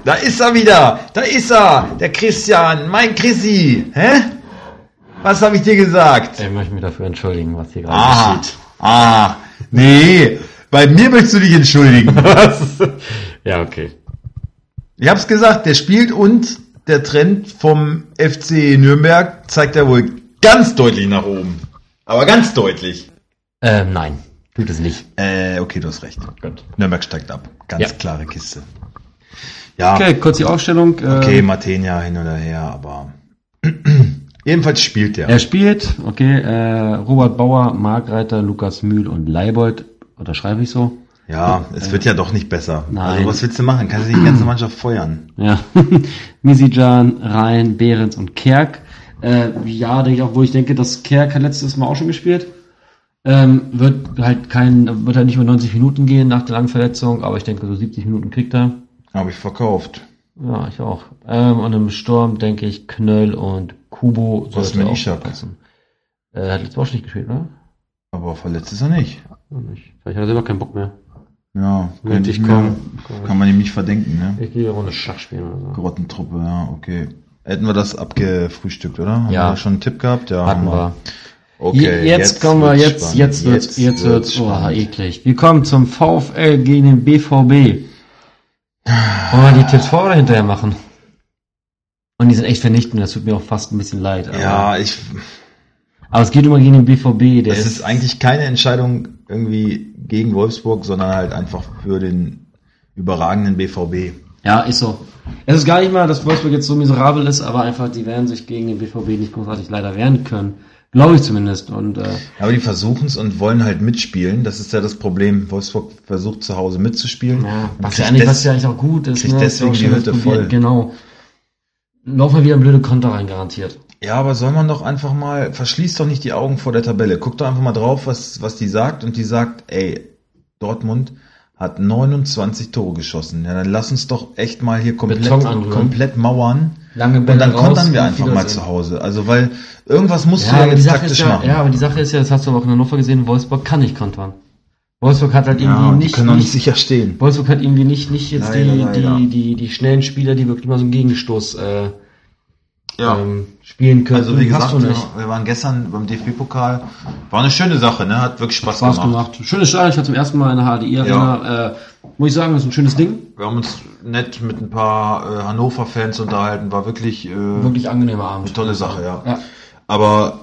Da ist er wieder. Da ist er. Der Christian. Mein Chrissy. Hä? Was habe ich dir gesagt? Ich möchte mich dafür entschuldigen, was hier gerade Ah. passiert. Ah. Nee. Bei mir möchtest du dich entschuldigen. Was? ja, okay. Ich hab's gesagt, der spielt und der Trend vom FC Nürnberg zeigt er wohl ganz deutlich nach oben. Aber ganz deutlich. Ähm, nein, tut es nicht. Äh, okay, du hast recht. Gut. Nürnberg steigt ab. Ganz Ja. klare Kiste. Ja. Okay, kurz die Aufstellung. Ähm, Ah. Okay, Matenia hin oder her, aber jedenfalls spielt der. Er spielt, okay, äh, Robert Bauer, Markreiter, Lukas Mühl und Leibold. Unterschreibe ich so. Ja, es wird ja doch nicht besser. Nein. Also was willst du machen? Kannst du die ganze Mannschaft feuern? Ja. Misijan, Rhein, Behrens und Kerk. Äh, ja, denke ich auch, wo ich denke, dass Kerk hat letztes Mal auch schon gespielt. Ähm, wird halt kein, wird halt nicht mehr 90 Minuten gehen nach der langen Verletzung, aber ich denke, so 70 Minuten kriegt er. Habe ich verkauft. Ja, ich auch. Ähm, und im Sturm denke ich Knöll und Kubo. Was sollte mit auch Ishak? passen. Äh, hat letztes Mal auch schon nicht gespielt, oder? Aber verletzt ist er nicht. Noch nicht. Vielleicht hat er selber keinen Bock mehr. Ja, Könnte ich mir- kommen. Kann man ihm nicht verdenken, ne? Ich will eine Runde Schach spielen oder so. Grottentruppe, ja, okay. Hätten wir das abgefrühstückt, oder? Haben Ja. wir da schon einen Tipp gehabt? Ja, Hatten haben wir. Okay, Je- jetzt, kommen wir, wird's jetzt, spannend. jetzt wird's, jetzt wird's, oh, spannend. eklig. Wir kommen zum VfL gegen den BVB. Wollen wir die Tipps vorher oder hinterher machen? Und die sind echt vernichtend, das tut mir auch fast ein bisschen leid. Aber, ja, ich, aber es geht immer gegen den BVB, der es ist eigentlich keine Entscheidung irgendwie gegen Wolfsburg, sondern halt einfach für den überragenden BVB. Ja, ist so. Es ist gar nicht mal, dass Wolfsburg jetzt so miserabel ist, aber einfach, die werden sich gegen den BVB nicht großartig leider wehren können. Glaube ich zumindest. Und äh, Aber die versuchen es und wollen halt mitspielen. Das ist ja das Problem. Wolfsburg versucht zu Hause mitzuspielen. ja, Und was, ja kriegt eigentlich, des- was ja eigentlich auch gut ist. kriegt Ist ja deswegen auch die schön, Hütte dass probiert. voll. Genau. Laufen wir wieder blöde Konter rein, garantiert. ja, aber soll man doch einfach mal, verschließt doch nicht die Augen vor der Tabelle. Guck doch einfach mal drauf, was, was die sagt. Und die sagt, ey, Dortmund hat 29 Tore geschossen. Ja, dann lass uns doch echt mal hier komplett, Beton anrühren. komplett mauern. Lange Und dann raus kontern wir und einfach mal Wiedersehen. zu Hause. Also, weil irgendwas musst Ja, du ja aber die jetzt Sache ist taktisch ja, machen. ja, aber die Sache ist ja, das hast du aber auch in Hannover gesehen, Wolfsburg kann nicht kontern. Wolfsburg hat halt irgendwie und nicht, doch sicher stehen. Wolfsburg hat irgendwie nicht, nicht jetzt Leider, die, leider. Die, die, die schnellen Spieler, die wirklich mal so einen Gegenstoß äh, Ja. ähm, spielen können. Also wie Hast gesagt, du wir wir waren gestern beim DFB-Pokal. War eine schöne Sache, ne? Hat wirklich Spaß, Spaß gemacht. gemacht. Schönes Stadion, ich war zum ersten Mal in der HDI Arena. Äh, muss ich sagen, ist ein schönes Ding. Wir haben uns nett mit ein paar äh, Hannover-Fans unterhalten. War wirklich, äh, Wirklich angenehmer Abend. eine tolle Sache, ja. Ja. Aber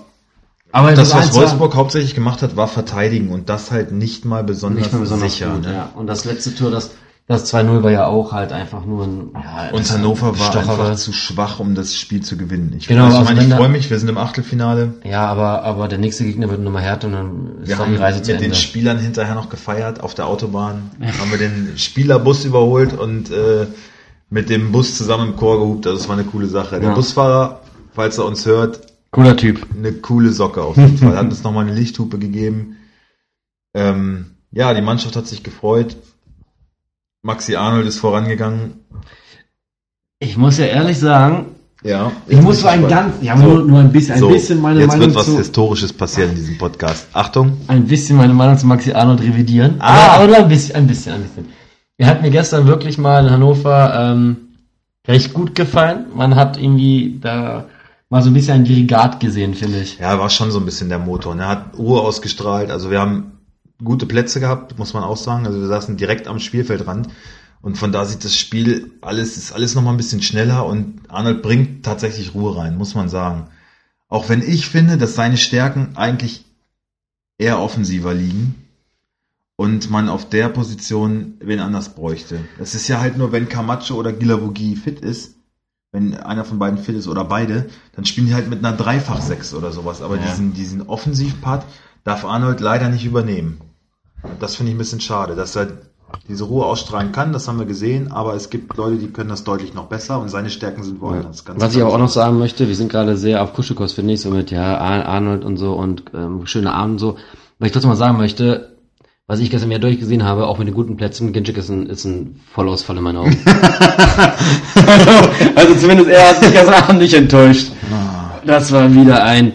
Aber das, was ich muss eins sagen, Wolfsburg hauptsächlich gemacht hat, war verteidigen und das halt nicht mal besonders, nicht mehr besonders sicher. gut, ne? ja. Und das letzte Tor, das, das 2-0 war ja auch halt einfach nur ein ja, Und Hannover war Stochere. einfach zu schwach, um das Spiel zu gewinnen. Ich, Genau, ich also meine, wenn ich da- freue mich, wir sind im Achtelfinale. Ja, aber, aber der nächste Gegner wird nochmal härter und dann ist Wir dann haben die Reise mit zu Ende. den Spielern hinterher noch gefeiert auf der Autobahn. haben wir den Spielerbus überholt und äh, mit dem Bus zusammen im Chor gehupt. Also es war eine coole Sache. Der Ja. Busfahrer, falls er uns hört, Cooler Typ. eine coole Socke auf jeden Fall. Hat uns nochmal eine Lichthupe gegeben. Ähm, ja, die Mannschaft hat sich gefreut. Maxi Arnold ist vorangegangen. Ich muss ja ehrlich sagen, Ja. ich muss so ein ganz, ja, nur, nur ein bisschen, ein so, bisschen meine jetzt Meinung wird was zu, Historisches passieren in diesem Podcast. Achtung. ein bisschen meine Meinung zu Maxi Arnold revidieren. Ah. Aber, aber ein bisschen, ein bisschen, ein bisschen. Er hat mir gestern wirklich mal in Hannover ähm, recht gut gefallen. Man hat irgendwie da mal so ein bisschen ein Dirigat gesehen, finde ich. Ja, war schon so ein bisschen der Motor. Ne? Hat Ruhe ausgestrahlt. Also wir haben gute Plätze gehabt, muss man auch sagen. Also wir saßen direkt am Spielfeldrand. Und von da sieht das Spiel, alles ist alles nochmal ein bisschen schneller und Arnold bringt tatsächlich Ruhe rein, muss man sagen. Auch wenn ich finde, dass seine Stärken eigentlich eher offensiver liegen und man auf der Position wen anders bräuchte. Es ist ja halt nur, wenn Camacho oder Gilavogi fit ist, wenn einer von beiden fit ist oder beide, dann spielen die halt mit einer Dreifach-Sechs oder sowas. Aber Ja. diesen, diesen Offensivpart darf Arnold leider nicht übernehmen. Und das finde ich ein bisschen schade, dass er diese Ruhe ausstrahlen kann, das haben wir gesehen, aber es gibt Leute, die können das deutlich noch besser und seine Stärken sind woanders. Ganz Was ich klar. aber auch noch sagen möchte, wir sind gerade sehr auf Kuschelkurs, finde ich, so mit ja, Ar- Arnold und so und ähm, schöne Abend und so. Was ich trotzdem mal sagen möchte, was ich gestern ja durchgesehen habe, auch mit den guten Plätzen, Ginchik ist ein, ist ein Vollausfall in meinen Augen. also zumindest er hat mich gestern Abend nicht enttäuscht. Das war wieder ein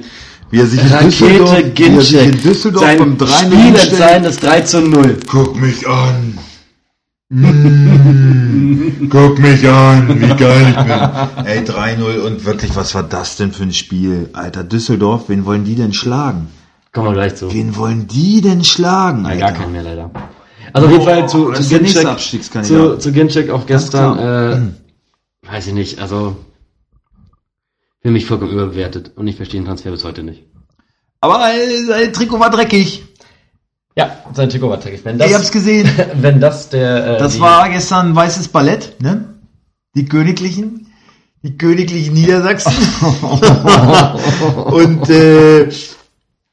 Wie er sich in Rakete Düsseldorf, wie er sich in Ginchik. Düsseldorf beim Sein 3 Spiel hat sein das 3 zu 0. Guck mich an. Mm, guck mich an, wie geil ich bin. Ey, 3-0 und wirklich, was war das denn für ein Spiel? Alter, Düsseldorf, wen wollen die denn schlagen? Kommen wir gleich zu. Wen wollen die denn schlagen? Ja, Alter? gar keinen mehr leider. Also auf jeden Oh, Fall zu, das zu ist der nächste Ginchek. Zu, Abstiegskandidat. zu Ginchek auch gestern, klar. äh, weiß ich nicht, also für mich vollkommen überbewertet und ich verstehe den Transfer bis heute nicht. Aber äh, sein Trikot war dreckig. Ja, sein Trikot war dreckig. Wenn ich hab's gesehen. wenn das der äh, Das die- war gestern ein weißes Ballett, ne? Die Königlichen. Die Königlichen Niedersachsen. und äh,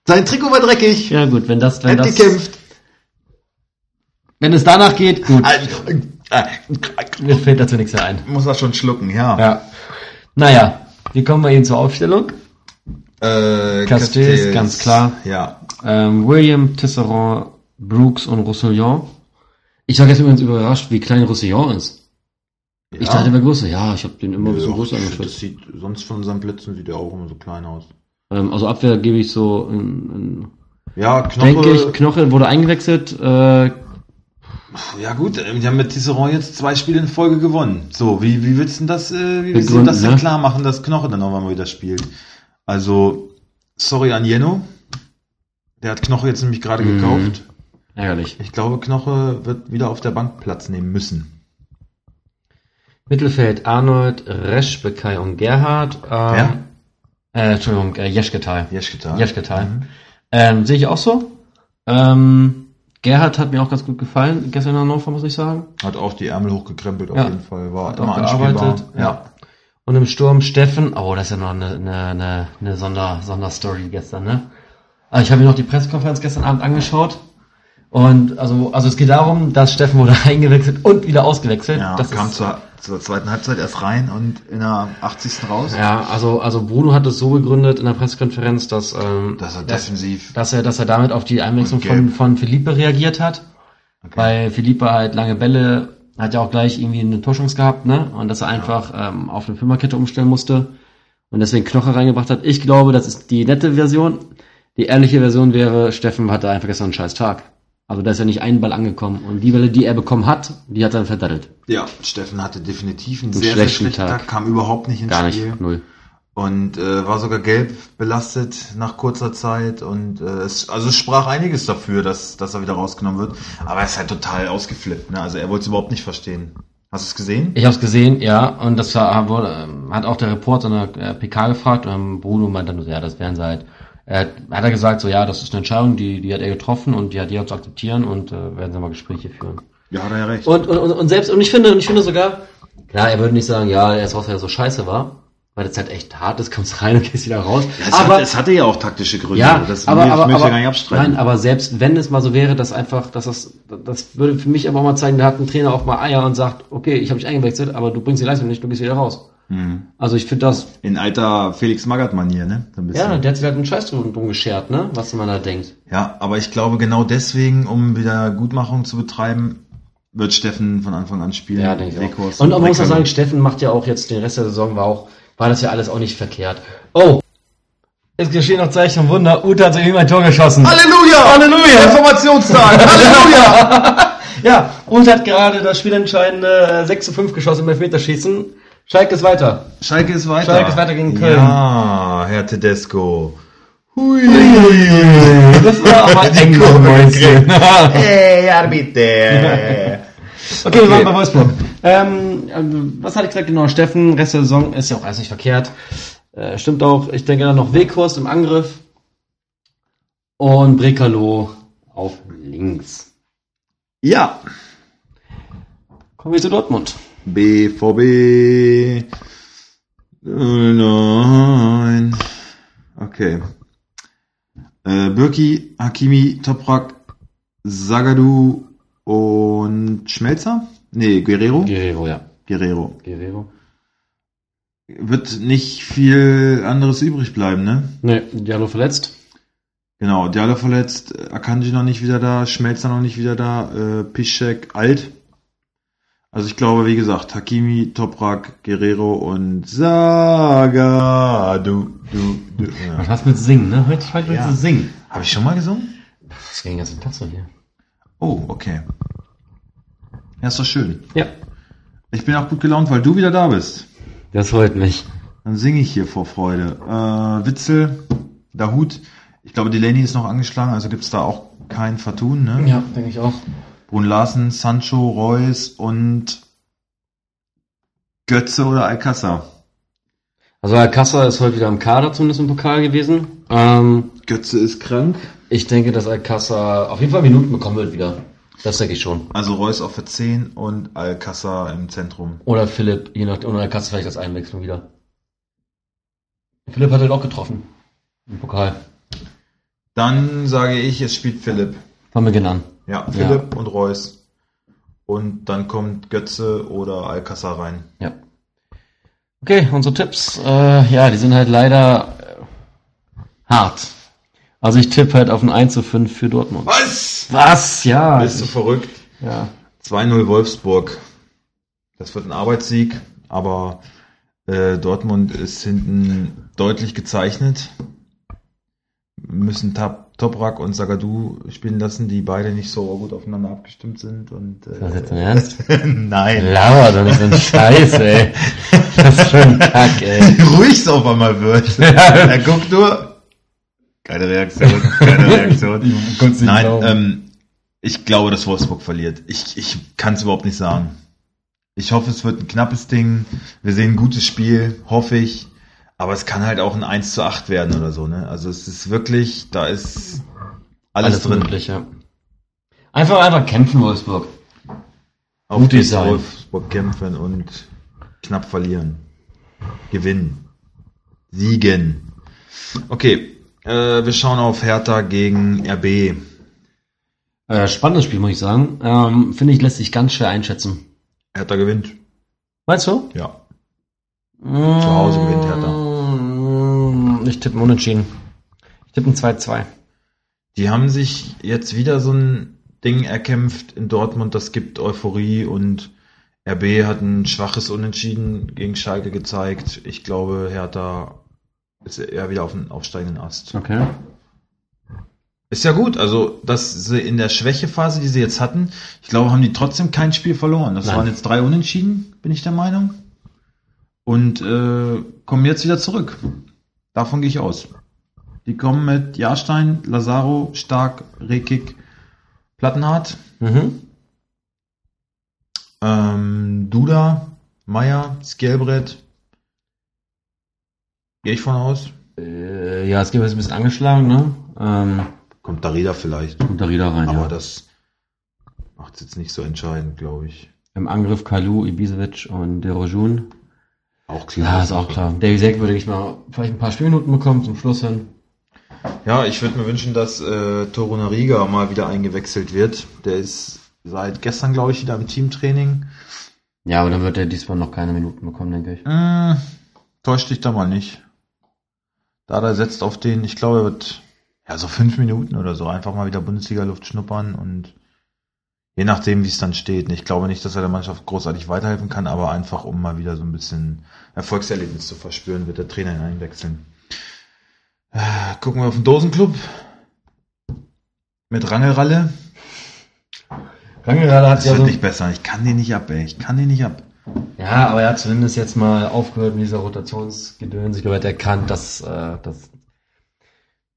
sein Trikot war dreckig. ja gut, wenn das wenn Hat das gekämpft. wenn es danach geht, gut, Ich mir fällt dazu nichts mehr ein. Äh, muss das schon schlucken, ja. Ja. Naja, wir kommen mal eben zur Aufstellung. Äh, Castells, ganz klar. Ja. Ähm, William, Tisserand, Brooks und Roussillon. Ich war gestern übrigens überrascht, wie klein Roussillon ist. Ich Ja. dachte, er wäre größer. Ja, ich habe den immer ein bisschen Ja, größer ich angeschaut. find, Das sieht sonst von unseren Plätzen sieht er auch immer so klein aus. Ähm, also Abwehr gebe ich so, in, Ja, in, denke ich, Knoche. Knoche wurde eingewechselt. Äh, Ja gut, äh, die haben mit Tisserand jetzt zwei Spiele in Folge gewonnen. So, wie, wie willst du denn das, äh, wie willst du Begründen, denn das denn ne? klar machen, dass Knoche dann auch mal wieder spielt? Also, sorry an Jeno. Der hat Knoche jetzt nämlich gerade Mhm. gekauft. ärgerlich. Ich glaube, Knoche wird wieder auf der Bank Platz nehmen müssen. Mittelfeld Arnold, Resch, Bekai und Gerhard. Ähm, äh, Entschuldigung, äh, Jeschketal. Jeschketal. Jeschketal. Mhm. Ähm, Sehe ich auch so. Ähm, Gerhard hat mir auch ganz gut gefallen, gestern in Hannover, muss ich sagen. Hat auch die Ärmel hochgekrempelt, auf Ja. jeden Fall. War Hat immer auch anspielbar. gearbeitet, Ja. ja. Und im Sturm Steffen, oh, das ist ja noch eine, eine, eine, eine Sonder, Sonderstory gestern, ne? Also ich habe mir noch die Pressekonferenz gestern Abend angeschaut. Und also, also es geht darum, dass Steffen wurde eingewechselt und wieder ausgewechselt. Ja, das kam ist, zur, zur zweiten Halbzeit erst rein und in der 80. raus. ja, also, also Bruno hat es so begründet in der Pressekonferenz, dass, ähm, Das er dass, defensiv. dass er, dass er damit auf die Einwechslung Und von, gelb. von Felipe reagiert hat. Okay. Weil Felipe halt lange Bälle hat ja auch gleich irgendwie eine Torschance gehabt, ne? Und dass er einfach ähm, auf eine Fünferkette umstellen musste und deswegen Knoche reingebracht hat. Ich glaube, das ist die nette Version. Die ehrliche Version wäre, Steffen hatte einfach gestern einen scheiß Tag. Also da ist ja nicht ein Ball angekommen. Und die Bälle, die er bekommen hat, die hat er verdattelt. ja, Steffen hatte definitiv einen, Einen sehr, sehr schlechten schlechten Tag. Tag. kam überhaupt nicht ins Gar nicht. Spiel Null. und äh, war sogar gelb belastet nach kurzer Zeit und äh, es, also es sprach einiges dafür, dass, dass er wieder rausgenommen wird. Aber er ist halt total ausgeflippt. Ne? Also er wollte es überhaupt nicht verstehen. Hast du es gesehen? Ich habe es gesehen, ja, und das war, wurde, ähm, hat auch der Reporter in der äh, PK gefragt und ähm, Bruno meinte dann so, ja, das wären sie halt. Er hat, hat er gesagt, so ja, das ist eine Entscheidung, die, die hat er getroffen und die hat jeder zu akzeptieren und äh, werden sie mal Gespräche führen. Ja, hat er ja recht. Und, und, und, und selbst, und ich finde, und ich finde sogar, klar, er würde nicht sagen, ja, er ist raus, weil er so scheiße war, weil das halt echt hart ist, kommst rein und gehst wieder raus. es, aber, hat, es hatte ja auch taktische Gründe. Ja, Also das aber, will ich- aber, möchte ich aber, gar nicht abstreiten. Nein, aber selbst wenn es mal so wäre, dass einfach, dass das, das würde für mich aber auch mal zeigen, da hat ein Trainer auch mal Eier und sagt, okay, ich habe dich eingewechselt, aber du bringst die Leistung nicht, du gehst wieder raus. Mhm. Also ich finde das, In alter Felix Magath-Manier, ne? So ein ja, der hat sich halt einen Scheiß drum, drum geschert, ne, was man da denkt. Ja, aber ich glaube, genau deswegen, um wieder Gutmachung zu betreiben, wird Steffen von Anfang an spielen. Ja, denke ich Dekors auch. Und man muss auch Becker. sagen, Steffen macht ja auch jetzt den Rest der Saison, war auch, war das ja alles auch nicht verkehrt. Oh! Es geschehen noch Zeichen und Wunder, Ute hat sich irgendwie ein Tor geschossen. Halleluja! Halleluja! Reformationstag! Halleluja! Oh Ja, Ute hat gerade das spielentscheidende äh, 6 zu 5 geschossen im Elfmeterschießen. Schalke ist weiter. Schalke ist weiter. Schalke ist weiter gegen Köln. Ja, Herr Tedesco. Hui. Das war aber eng, Mäuschen. Hey, Arbiter. Okay, wir waren bei Wolfsburg. Ähm, ähm, was hatte ich gesagt? Genau, Steffen, Rest der Saison ist ja auch alles nicht verkehrt. Äh, stimmt auch. Ich denke dann noch Weghorst im Angriff. Und Brekalo auf links. Ja, Kommen wir zu Dortmund. BVB. Äh, Nein. Okay. Äh, Birki, Hakimi, Toprak, Sagadu und Schmelzer? Nee, Guerrero? Guerrero, ja. Guerrero. Guerrero. Wird nicht viel anderes übrig bleiben, ne? Ne, Diallo verletzt. Genau, Diallo verletzt, äh, Akanji noch nicht wieder da, Schmelzer noch nicht wieder da, äh, Piszczek alt. Also ich glaube, wie gesagt, Hakimi, Toprak, Guerrero und Saga. Du, du, du. Was Ja. hast mit Singen, ne? Heute scheint Ja. ja. zu singen. Habe ich schon mal gesungen? Was ging den ganzen Tag so hier? Oh, okay. Ja, ist doch schön. Ja. Ich bin auch gut gelaunt, weil du wieder da bist. Das freut mich. Dann singe ich hier vor Freude. Äh, Witzel, Dahut. Ich glaube, Delaney ist noch angeschlagen, also gibt's da auch kein Vertun, ne? Ja, denke ich auch. Brun Larsen, Sancho, Reus und Götze oder Alcázar. Also Alcázar ist heute wieder im Kader, zumindest im Pokal gewesen. Ähm, Götze ist krank. ich denke, dass Alcázar auf jeden Fall Minuten bekommen wird wieder. Das denke ich schon. Also Reus auf der 10 und Alcázar im Zentrum. Oder Philipp, je nachdem, oder Alcázar vielleicht das Einwechseln wieder. Philipp hat halt auch getroffen. Im Pokal. Dann sage ich, es spielt Philipp. Fangen wir genannt. Ja, Philipp und Reus. Und dann kommt Götze oder Alcázar rein. Ja. Okay, unsere Tipps. Äh, ja, die sind halt leider äh, hart. Also ich tippe halt auf ein 1 zu 5 für Dortmund. Was? Was? Ja. Bist du verrückt? ja. 2-0 Wolfsburg. Das wird ein Arbeitssieg, aber äh, Dortmund ist hinten deutlich gezeichnet. Müssen Tab Toprak und Sagadu spielen lassen, die beide nicht so gut aufeinander abgestimmt sind. Und, Was äh, jetzt im Ernst? nein. Lauer, doch nicht so ein Scheiß, ey. Das ist schon Kack, ey. Ruhig so auf einmal wird. er guckt nur. Keine Reaktion, keine Reaktion. Konntest Nein, ähm, ich glaube, dass Wolfsburg verliert. Ich, ich kann es überhaupt nicht sagen. Ich hoffe, es wird ein knappes Ding. Wir sehen ein gutes Spiel, hoffe ich. Aber es kann halt auch ein 1 zu 8 werden oder so. Ne? Also es ist wirklich, da ist alles, alles drin. möglich, ja. Einfach, einfach kämpfen, Wolfsburg. Auf Gut gegen Design. Wolfsburg kämpfen und knapp verlieren. Gewinnen. Siegen. Okay, äh, wir schauen auf Hertha gegen RB. Äh, spannendes Spiel, muss ich sagen. Ähm, Finde ich, lässt sich ganz schwer einschätzen. Hertha gewinnt. Weißt du? Ja. Zu Hause gewinnt Hertha. Mm, Ich tippe ein unentschieden. Ich tippe ein 2-2. Die haben sich jetzt wieder so ein Ding erkämpft in Dortmund, das gibt Euphorie und RB hat ein schwaches Unentschieden gegen Schalke gezeigt. Ich glaube, Hertha ist eher wieder auf dem aufsteigenden Ast. Okay. Ist ja gut, also dass sie in der Schwächephase, die sie jetzt hatten, ich glaube, haben die trotzdem kein Spiel verloren. Das Nein. waren jetzt drei Unentschieden, bin ich der Meinung. Und äh, kommen jetzt wieder zurück. Davon gehe ich aus. Die kommen mit Jahrstein, Lazaro, Stark, Rekik, Plattenhardt, Mhm. ähm, Duda, Meier, Skelbrett. Gehe ich von aus. Äh, ja, es geht jetzt ein bisschen angeschlagen, ne? Ähm, Kommt Darida vielleicht. kommt der Rieder rein, Aber ja. das macht es jetzt nicht so entscheidend, glaube ich. Im Angriff Kalu, Ibisevic und Derojun. Auch klar. Ja, ist auch klar. Davy Seck würde ich mal vielleicht ein paar Spielminuten bekommen zum Schluss hin. Ja, ich würde mir wünschen, dass äh, Toruna Riga mal wieder eingewechselt wird. Der ist seit gestern, glaube ich, wieder im Teamtraining. Ja, aber dann wird er diesmal noch keine Minuten bekommen, denke ich. Hm, täuscht dich da mal nicht. Dada setzt auf den, ich glaube, er wird ja so fünf Minuten oder so einfach mal wieder Bundesliga-Luft schnuppern und je nachdem, wie es dann steht. Ich glaube nicht, dass er der Mannschaft großartig weiterhelfen kann, aber einfach, um mal wieder so ein bisschen Erfolgserlebnis zu verspüren, wird der Trainer ihn einwechseln. Äh, Gucken wir auf den Dosenclub mit Rangelralle. Rangerade hat Das wird nicht besser. Ich kann den nicht ab, ey. Ich kann den nicht ab. Ja, aber er hat zumindest jetzt mal aufgehört mit dieser Rotationsgedöns. Ich glaube, er hat erkannt, dass, äh, dass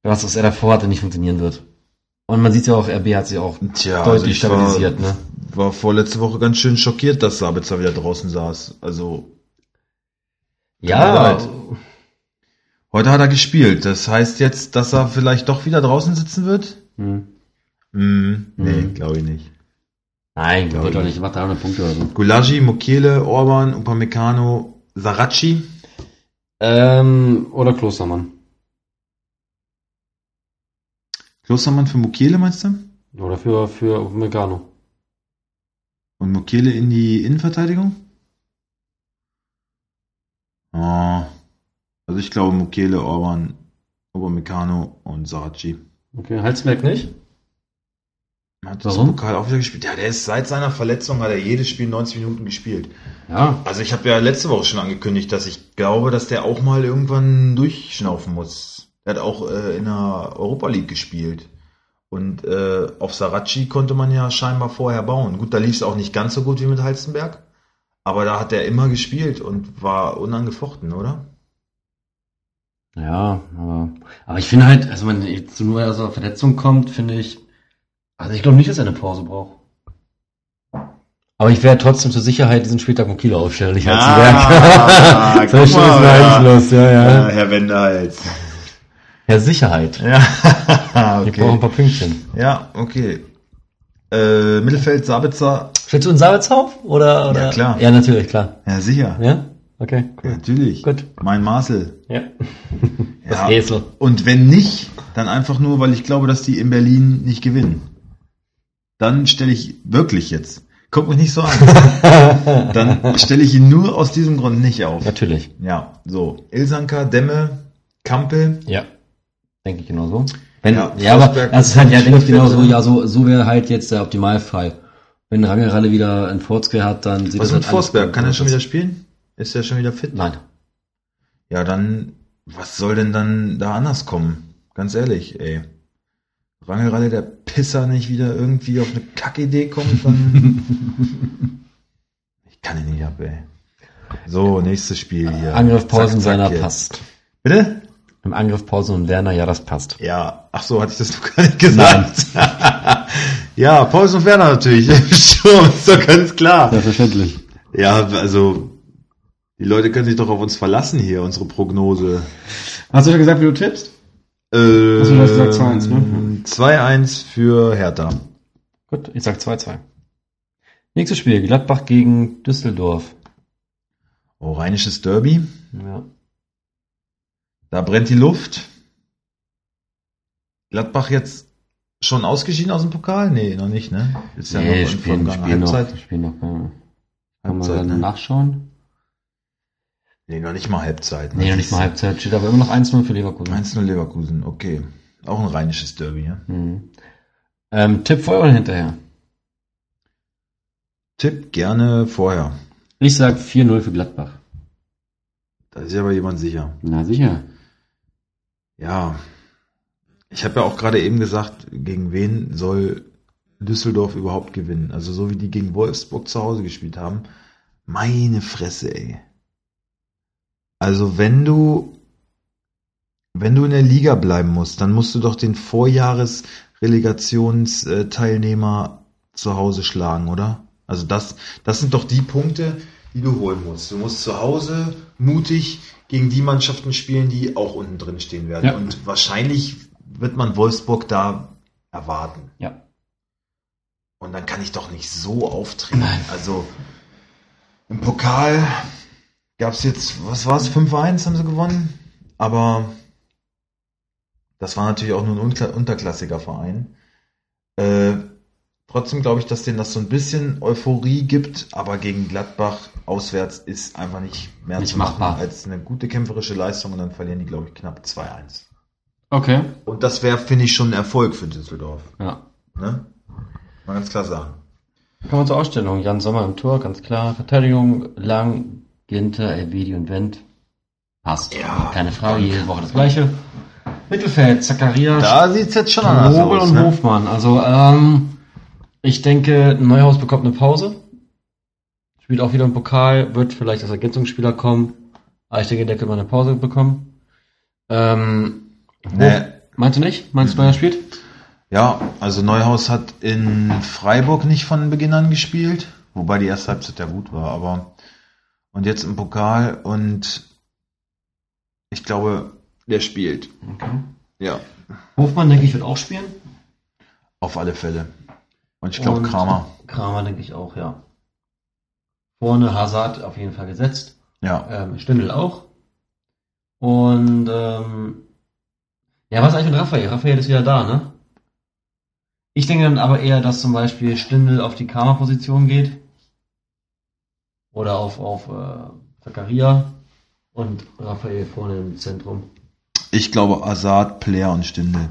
das, was er davor hatte, nicht funktionieren wird. Und man sieht ja auch, RB hat sich auch Tja, deutlich also ich war- stabilisiert, ne? war vorletzte Woche ganz schön schockiert, dass Sabitzer wieder draußen saß. Also Ja, leid. heute hat er gespielt. Das heißt jetzt, dass er vielleicht doch wieder draußen sitzen wird? hm. Hm, nee, Mhm. glaube ich nicht. Nein, Glaub wird ich doch nicht. nicht. Macht 300 Punkte oder so. Gulagi, Mukiele, Orban, Upamecano, Saracchi. Ähm, oder Klostermann. Klostermann für Mukiele, meinst du? Oder für, für Megano. Und Mukiele in die Innenverteidigung? Ah, also ich glaube Mukiele, Orban, Upamecano und Saracchi. Okay, Halsberg nicht? Hat das Warum? Pokal auch wieder gespielt? Ja, der ist seit seiner Verletzung hat er jedes Spiel 90 Minuten gespielt. Ja. Also ich habe ja letzte Woche schon angekündigt, dass ich glaube, dass der auch mal irgendwann durchschnaufen muss. Er hat auch äh, in der Europa League gespielt. Und äh, auf Saracchi konnte man ja scheinbar vorher bauen. Gut, da lief es auch nicht ganz so gut wie mit Halstenberg. Aber da hat er immer gespielt und war unangefochten, oder? Ja, aber, aber ich finde halt, also wenn jetzt nur aus einer Verletzung kommt, finde ich, also ich glaube nicht, dass er eine Pause braucht. Aber ich werde trotzdem zur Sicherheit diesen Spieltag um Kilo aufstellen, nicht Ah, Halsberg. so guck schön mal, ist mir ja. eigentlich los, ja, ja. Äh, Herr Wenderhals. Ja, Sicherheit. Ja, Ich brauche ein paar Pünktchen. Ja, okay. Äh, Mittelfeld, Sabitzer. Stellst du einen Sabitz auf? Oder, oder? Ja, klar. Ja, natürlich, klar. Ja, sicher. Ja? Okay, cool. Natürlich. Gut. Mein Marcel. Ja. Das Ja. Esel. Und wenn nicht, dann einfach nur, weil ich glaube, dass die in Berlin nicht gewinnen. Dann stelle ich wirklich jetzt. Guck mich nicht so an. dann stelle ich ihn nur aus diesem Grund nicht auf. Natürlich. Ja, so. Ilsanka, Demme, Kampel. Ja. Denke ich genauso. Wenn, Ja, ja, aber Forsberg das ist halt, ja, nicht denke ich genauso, fit, ne? ja, so, so wäre halt jetzt der Optimalfall. Wenn Rangeralle wieder ein Vorzge hat, dann sieht Was mit das halt alles Forsberg? gut Kann er aus. schon wieder spielen? Ist er schon wieder fit? Nein. Ja, dann, was soll denn dann da anders kommen? Ganz ehrlich, ey. Rangelralle der Pisser nicht wieder irgendwie auf eine Kackidee kommt, dann. ich kann ihn nicht ab, ey. So, nächstes Spiel hier. Angriff Pausen Zack, zack, seiner jetzt. passt. Bitte? Im Angriff Pausen und Werner, ja, das passt. Ja, ach so, hatte ich das noch gar nicht gesagt. ja, Pausen und Werner natürlich. Im Sturm, ist doch ganz klar. verständlich. Ja, also, die Leute können sich doch auf uns verlassen hier, unsere Prognose. Hast du schon gesagt, wie du tippst? Äh, Hast du das gesagt? 2-1, ne? 2-1 für Hertha. Gut, ich sag 2-2. Nächstes Spiel, Gladbach gegen Düsseldorf. Oh, rheinisches Derby. Ja. Da brennt die Luft. Gladbach jetzt schon ausgeschieden aus dem Pokal? Nee, noch nicht, ne? Ist Nee, in spielen, Vergangenheit. spielen noch, Halbzeit. spielen noch. äh, Kann man Halbzeit, dann ne? nachschauen? Nee, noch nicht mal Halbzeit. ne? Nee, noch nicht mal Halbzeit. Steht aber immer noch 1-0 für Leverkusen. 1-0 Leverkusen, okay. Auch ein rheinisches Derby, ja. Mhm. Ähm, Tipp vorher oder hinterher? Tipp gerne vorher. Ich sag 4-0 für Gladbach. Da ist ja aber jemand sicher. Na sicher. Ja. Ich habe ja auch gerade eben gesagt, gegen wen soll Düsseldorf überhaupt gewinnen? Also so wie die gegen Wolfsburg zu Hause gespielt haben. Meine Fresse, ey. Also wenn du wenn du in der Liga bleiben musst, dann musst du doch den Vorjahresrelegationsteilnehmer äh, zu Hause schlagen, oder? Also das das sind doch die Punkte, die du holen musst. Du musst zu Hause mutig gegen die Mannschaften spielen, die auch unten drin stehen werden. Ja. Und wahrscheinlich wird man Wolfsburg da erwarten. Ja. Und dann kann ich doch nicht so auftreten. Also im Pokal gab es jetzt, was war es, 5-1 haben sie gewonnen. Aber das war natürlich auch nur ein Unkla unterklassiger Verein. Äh, trotzdem glaube ich, dass denen das so ein bisschen Euphorie gibt. Aber gegen Gladbach auswärts ist einfach nicht mehr Nicht zu machen machbar. als eine gute kämpferische Leistung. Und dann verlieren die, glaube ich, knapp 2-1. Okay. Und das wäre, finde ich, schon ein Erfolg für Düsseldorf. Ja. Ne? Mal ganz klar sagen. Kommen wir zur Ausstellung. Jan Sommer im Tor, ganz klar. Verteidigung, Lang, Ginter, Elvedi und Wendt. Passt. Ja. Keine Frage, jede Woche das gleiche. Mittelfeld, Zacharias, Da sieht's jetzt schon anders Strobel aus. und ne? Hofmann. Also, ähm, ich denke, Neuhaus bekommt eine Pause. Spielt auch wieder im Pokal, wird vielleicht als Ergänzungsspieler kommen. Aber ich denke, der könnte mal eine Pause bekommen. Ähm, Nee. Meinst du nicht? Meinst du, Neuer spielt? Ja, also Neuhaus hat in Freiburg nicht von Beginn an gespielt, wobei die erste Halbzeit ja gut war, aber und jetzt im Pokal und ich glaube, der spielt. Okay. Ja. Hofmann, denke ich, wird auch spielen. Auf alle Fälle. Und ich glaube Und Kramer. Kramer denke ich auch, ja. Vorne Hazard auf jeden Fall gesetzt. Ja. Ähm, Stindl auch. Und ähm, ja, was eigentlich mit Raphael? Raphael ist wieder da, ne? Ich denke dann aber eher, dass zum Beispiel Stindl auf die Karma-Position geht. Oder auf, auf äh, Zakaria und Raphael vorne im Zentrum. Ich glaube Azad, Player und Stindel.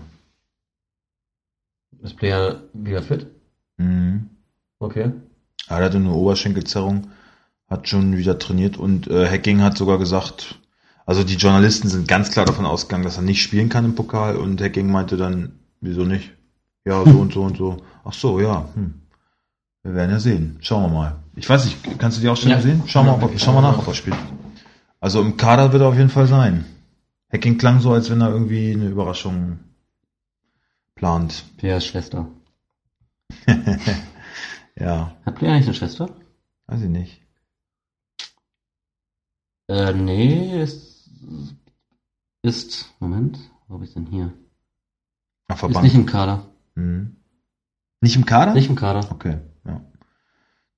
Ist Player wieder fit? Mhm. Okay. Ja, der hatte eine Oberschenkelzerrung, hat schon wieder trainiert und äh, Hacking hat sogar gesagt, also die Journalisten sind ganz klar davon ausgegangen, dass er nicht spielen kann im Pokal und Hacking meinte dann, wieso nicht? Ja, so und so und so. Ach so, ja. Hm. Wir werden ja sehen. Schauen wir mal. Ich weiß nicht, kannst du die Ausstellung Ja. sehen? Schau mal, ob, schau mal nach, ob er spielt. Also im Kader wird er auf jeden Fall sein. Hacking klang so, als wenn er irgendwie eine Überraschung plant. Players Schwester. Ja, Hat Player eigentlich eine Schwester? weiß ich nicht. Äh, nee, es ist. Moment, wo hab ich denn hier? Ach, Ist Verband. nicht im Kader. Mhm. Nicht im Kader? Nicht im Kader. Okay, ja.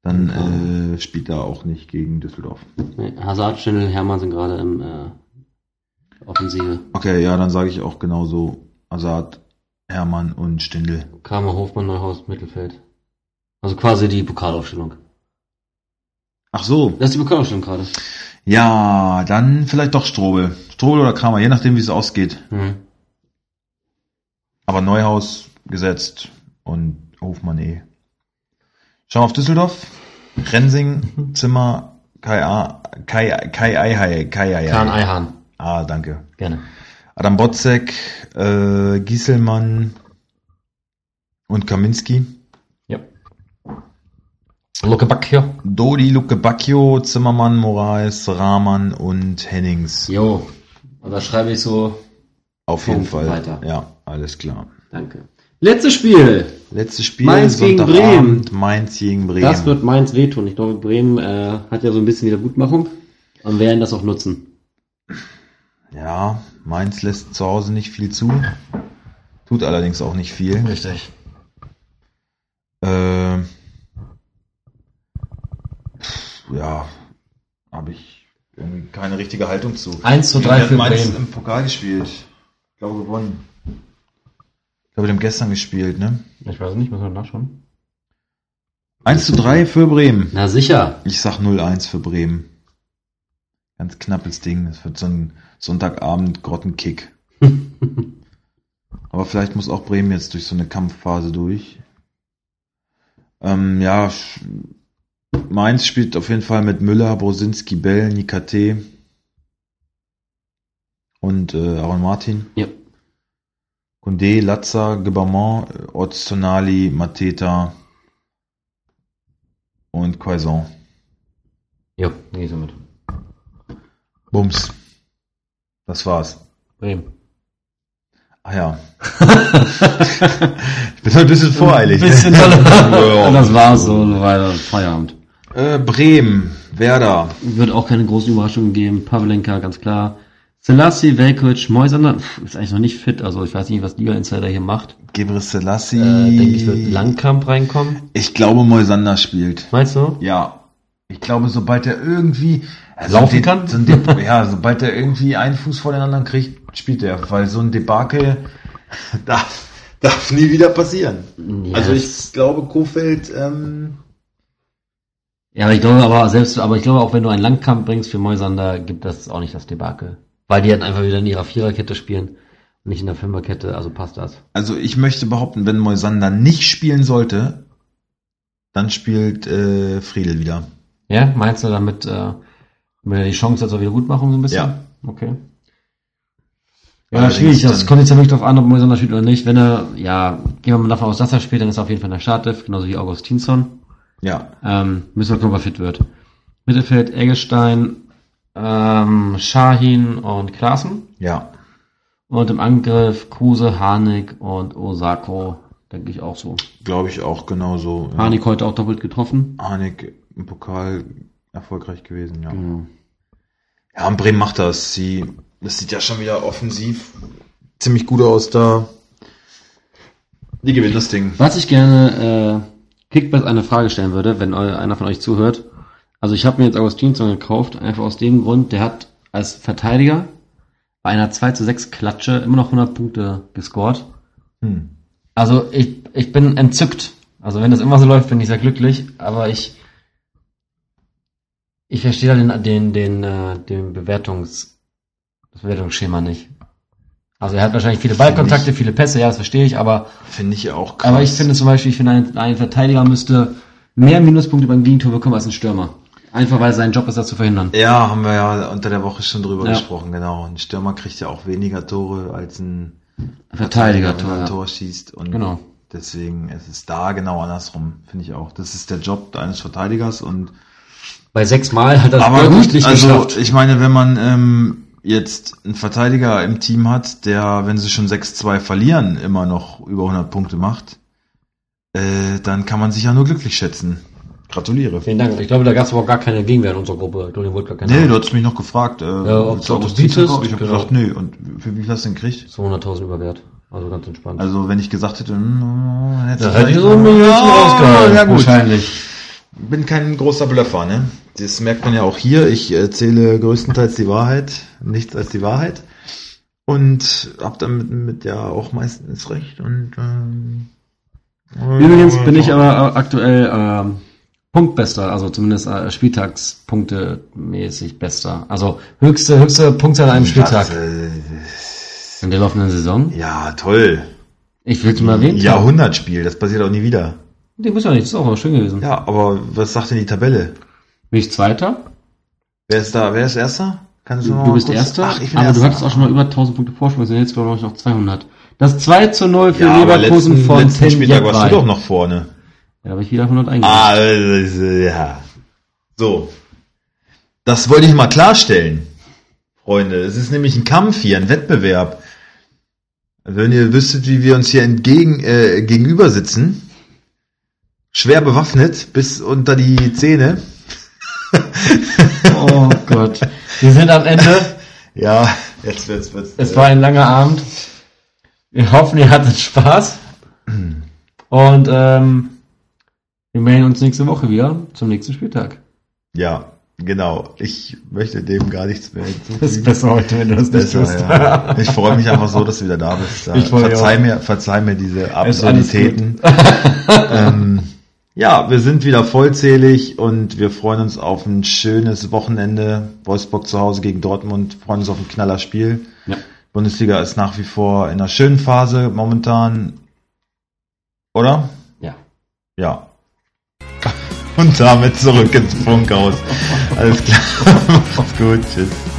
Dann Im Kader. äh, spielt er auch nicht gegen Düsseldorf. Nee, Hazard, Schindel, Hermann sind gerade im äh, Offensive. Okay, ja, dann sage ich auch genauso Assad, Hermann und Stindl. Kramer, Hofmann, Neuhaus, Mittelfeld. Also quasi die Pokalaufstellung. Ach so, Das ist die Pokalaufstellung gerade. ja, dann vielleicht doch Strobel. Strobel oder Kramer, je nachdem, wie es ausgeht. Hm. Aber Neuhaus gesetzt und Hofmann eh. Schauen wir auf Düsseldorf. Rensing, Zimmer, Kai A. Kai Kai Eihai, Kai Kahn Eihai. Eihahn. Ah, danke. Gerne. Adam Botzek, äh, Gieselmann und Kaminski. Ja. Luke Back hier. Dodi, Luke Bacchio, Zimmermann, Moraes, Rahman und Hennings. Jo. Und da schreibe ich so. Auf jeden Punkt, Fall. weiter. Ja, alles klar. Danke. Letztes Spiel. Letztes Spiel. Mainz gegen Sonntagabend, Mainz gegen Bremen. Das wird Mainz wehtun. Ich glaube, Bremen äh, hat ja so ein bisschen Wiedergutmachung und werden das auch nutzen. ja, Mainz lässt zu Hause nicht viel zu. Tut allerdings auch nicht viel. Richtig. Äh, pff, ja, habe ich irgendwie keine richtige Haltung zu. 1 zu Gegen 3 wen für hat Mainz Bremen. im Pokal gespielt. Ich glaube gewonnen. Ich glaube, die haben gestern gespielt, ne? Ich weiß nicht, müssen wir nachschauen. 1 zu 3 für Bremen. Na sicher. Ich sag 0-1 für Bremen. Ganz knappes Ding. Das wird so ein Sonntagabend-Grottenkick. Aber vielleicht muss auch Bremen jetzt durch so eine Kampfphase durch. Ähm, ja, Sch- Mainz spielt auf jeden Fall mit Müller, Brosinski, Bell, Nikate und äh, Aaron Martin. Ja. Kunde, Latza, Gebamon, Ozzonali, Mateta und Quaison. Ja, nee, so mit. Bums. Das war's. Bremen. Ah ja. ich bin halt ein bisschen voreilig. Bisschen Ja. Das war so weiter Feierabend. Äh, Bremen, Werder. Wird auch keine großen Überraschungen geben. Pavlenka, ganz klar. Selassie, Velkovic, Moisander pff, ist eigentlich noch nicht fit. Also ich weiß nicht, was Liga Insider hier macht. Gebre Selassie. Äh, denke ich, wird Langkamp reinkommen. Ich glaube, Moisander spielt. Meinst du? Ja. Ich glaube, sobald er irgendwie äh, so ein Laufen De- kann? So ein De- ja, sobald er irgendwie einen Fuß vor den anderen kriegt, spielt er. Weil so ein Debakel darf, darf nie wieder passieren. Ja, Also es- ich glaube, Kofeld ähm, Ja, aber ich glaube aber selbst, aber ich glaube auch wenn du einen Langkampf bringst für Moisander, gibt das auch nicht das Debakel. Weil die halt einfach wieder in ihrer Viererkette spielen und nicht in der Fünferkette, also passt das. Also ich möchte behaupten, wenn Moisander nicht spielen sollte, dann spielt äh, Friedel wieder. Ja, meinst du damit, äh, mit der die Chance zur Wiedergutmachung so ein bisschen? Ja. Okay. Ja, Allerdings schwierig. Das dann- kommt jetzt ja wirklich darauf an, ob Moisander spielt oder nicht. Wenn er, ja, gehen wir mal davon aus, dass er spielt, dann ist er auf jeden Fall in der Startelf, genauso wie Augustinsson. Ja. Ähm, müssen wir gucken, ob er fit wird. Mittelfeld, Eggestein, ähm, Shahin und Klaassen. Ja. Und im Angriff Kruse, Harnik und Osako, denke ich auch so. Glaube ich auch genauso. Ja. Harnik heute auch doppelt getroffen. Harnik im Pokal erfolgreich gewesen, ja. Genau. Ja, und Bremen macht das. Sie, das sieht ja schon wieder offensiv ziemlich gut aus da. Die gewinnen das Ding. Was ich gerne Kickbase eine Frage stellen würde, wenn eu- einer von euch zuhört. Also ich habe mir jetzt Augustinsson gekauft, einfach aus dem Grund, der hat als Verteidiger bei einer 2 zu 6 Klatsche immer noch 100 Punkte gescored. Hm. Also ich, ich bin entzückt. Also wenn das immer so läuft, bin ich sehr glücklich. Aber ich ich verstehe da den den den äh, den Bewertungs das Bewertungsschema nicht. Also er hat wahrscheinlich viele Ballkontakte, viele Pässe, ja, das verstehe ich. Aber Finde ich auch krass. aber ich finde zum Beispiel, ich finde ein, ein Verteidiger müsste mehr Minuspunkte beim Gegentor bekommen als ein Stürmer. Einfach weil sein Job ist, das zu verhindern. Ja, haben wir ja unter der Woche schon drüber Ja. gesprochen, genau. Ein Stürmer kriegt ja auch weniger Tore als ein Verteidiger, wenn er ein Tor. Tor schießt. Und Genau. deswegen ist es da genau andersrum, finde ich auch. Das ist der Job eines Verteidigers und Bei sechs Mal hat er es aber wirklich gut, nicht also geschafft. ich meine, wenn man ähm, jetzt einen Verteidiger im Team hat, der, wenn sie schon 6-2 verlieren, immer noch über 100 Punkte macht, äh, dann kann man sich ja nur glücklich schätzen. Gratuliere. Vielen Dank. Ich glaube, da gab es überhaupt gar keine Gegenwehr in unserer Gruppe. Julian Wutke, keine Nee, Ahnung. du hattest mich noch gefragt, äh, ob willst du- ob du Augustin bietest? kaufen? Ich habe Genau. gesagt, nee, und für wie viel hast du denn gekriegt? 200.000 über Wert. Also ganz entspannt. Also wenn ich gesagt hätte, hm, dann hätte da ich hätte ich vielleicht- so ein Million rausgehauen. ja gut. Wahrscheinlich. bin kein großer Blöffer, ne? Das merkt man ja auch hier. Ich erzähle größtenteils die Wahrheit, nichts als die Wahrheit. Und hab damit mit ja auch meistens recht und ähm, Übrigens bin ich ja. aber äh, aktuell ähm, Punktbester, also zumindest äh, Spieltagspunkte mäßig bester. Also höchste, höchste Punktzahl an einem Spieltag. Das, äh, In der laufenden Saison? ja, toll. Ich will es mal erwähnen. Jahrhundertspiel, das passiert auch nie wieder. Die muss ja nicht, das ist auch mal schön gewesen. Ja, aber was sagt denn die Tabelle? Bin ich Zweiter? Wer ist da? Wer ist Erster? Kannst Du, noch mal bist kurz- Erster, Ach, ich bin aber Erster. du hattest auch schon mal über 1000 Punkte Vorsprung, also jetzt glaube ich noch 200. Das 2 zu 0 für ja, aber Leverkusen letzten, von letzten Spieltag Tenjek warst Wei. du doch noch vorne. Da habe ich wieder 100 eingegangen. Ah, äh, ja. So. Das wollte ich mal klarstellen, Freunde. Es ist nämlich ein Kampf hier, ein Wettbewerb. Wenn ihr wüsstet, wie wir uns hier entgegen, äh, gegenüber sitzen, schwer bewaffnet bis unter die Zähne. Oh Gott. Wir sind am Ende. Ja, jetzt wird's. äh, wird's Es war ein langer Abend. Wir hoffen, ihr hattet Spaß. Und ähm, wir melden uns nächste Woche wieder zum nächsten Spieltag. ja, genau. Ich möchte dem gar nichts mehr hinzufügen. Das ist besser heute, wenn du das nicht Besser, tust. ja. Ich freue mich einfach so, dass du wieder da bist. Ja. Ich freu mich verzeih, auch. mir, verzeih mir diese Ist alles Absurditäten. ähm, ja, wir sind wieder vollzählig und wir freuen uns auf ein schönes Wochenende. Wolfsburg zu Hause gegen Dortmund, freuen uns auf ein knaller Spiel. Ja. Bundesliga ist nach wie vor in einer schönen Phase momentan. Oder? ja. Ja. Und damit zurück ins Funkhaus. Alles klar. Macht's gut. Tschüss.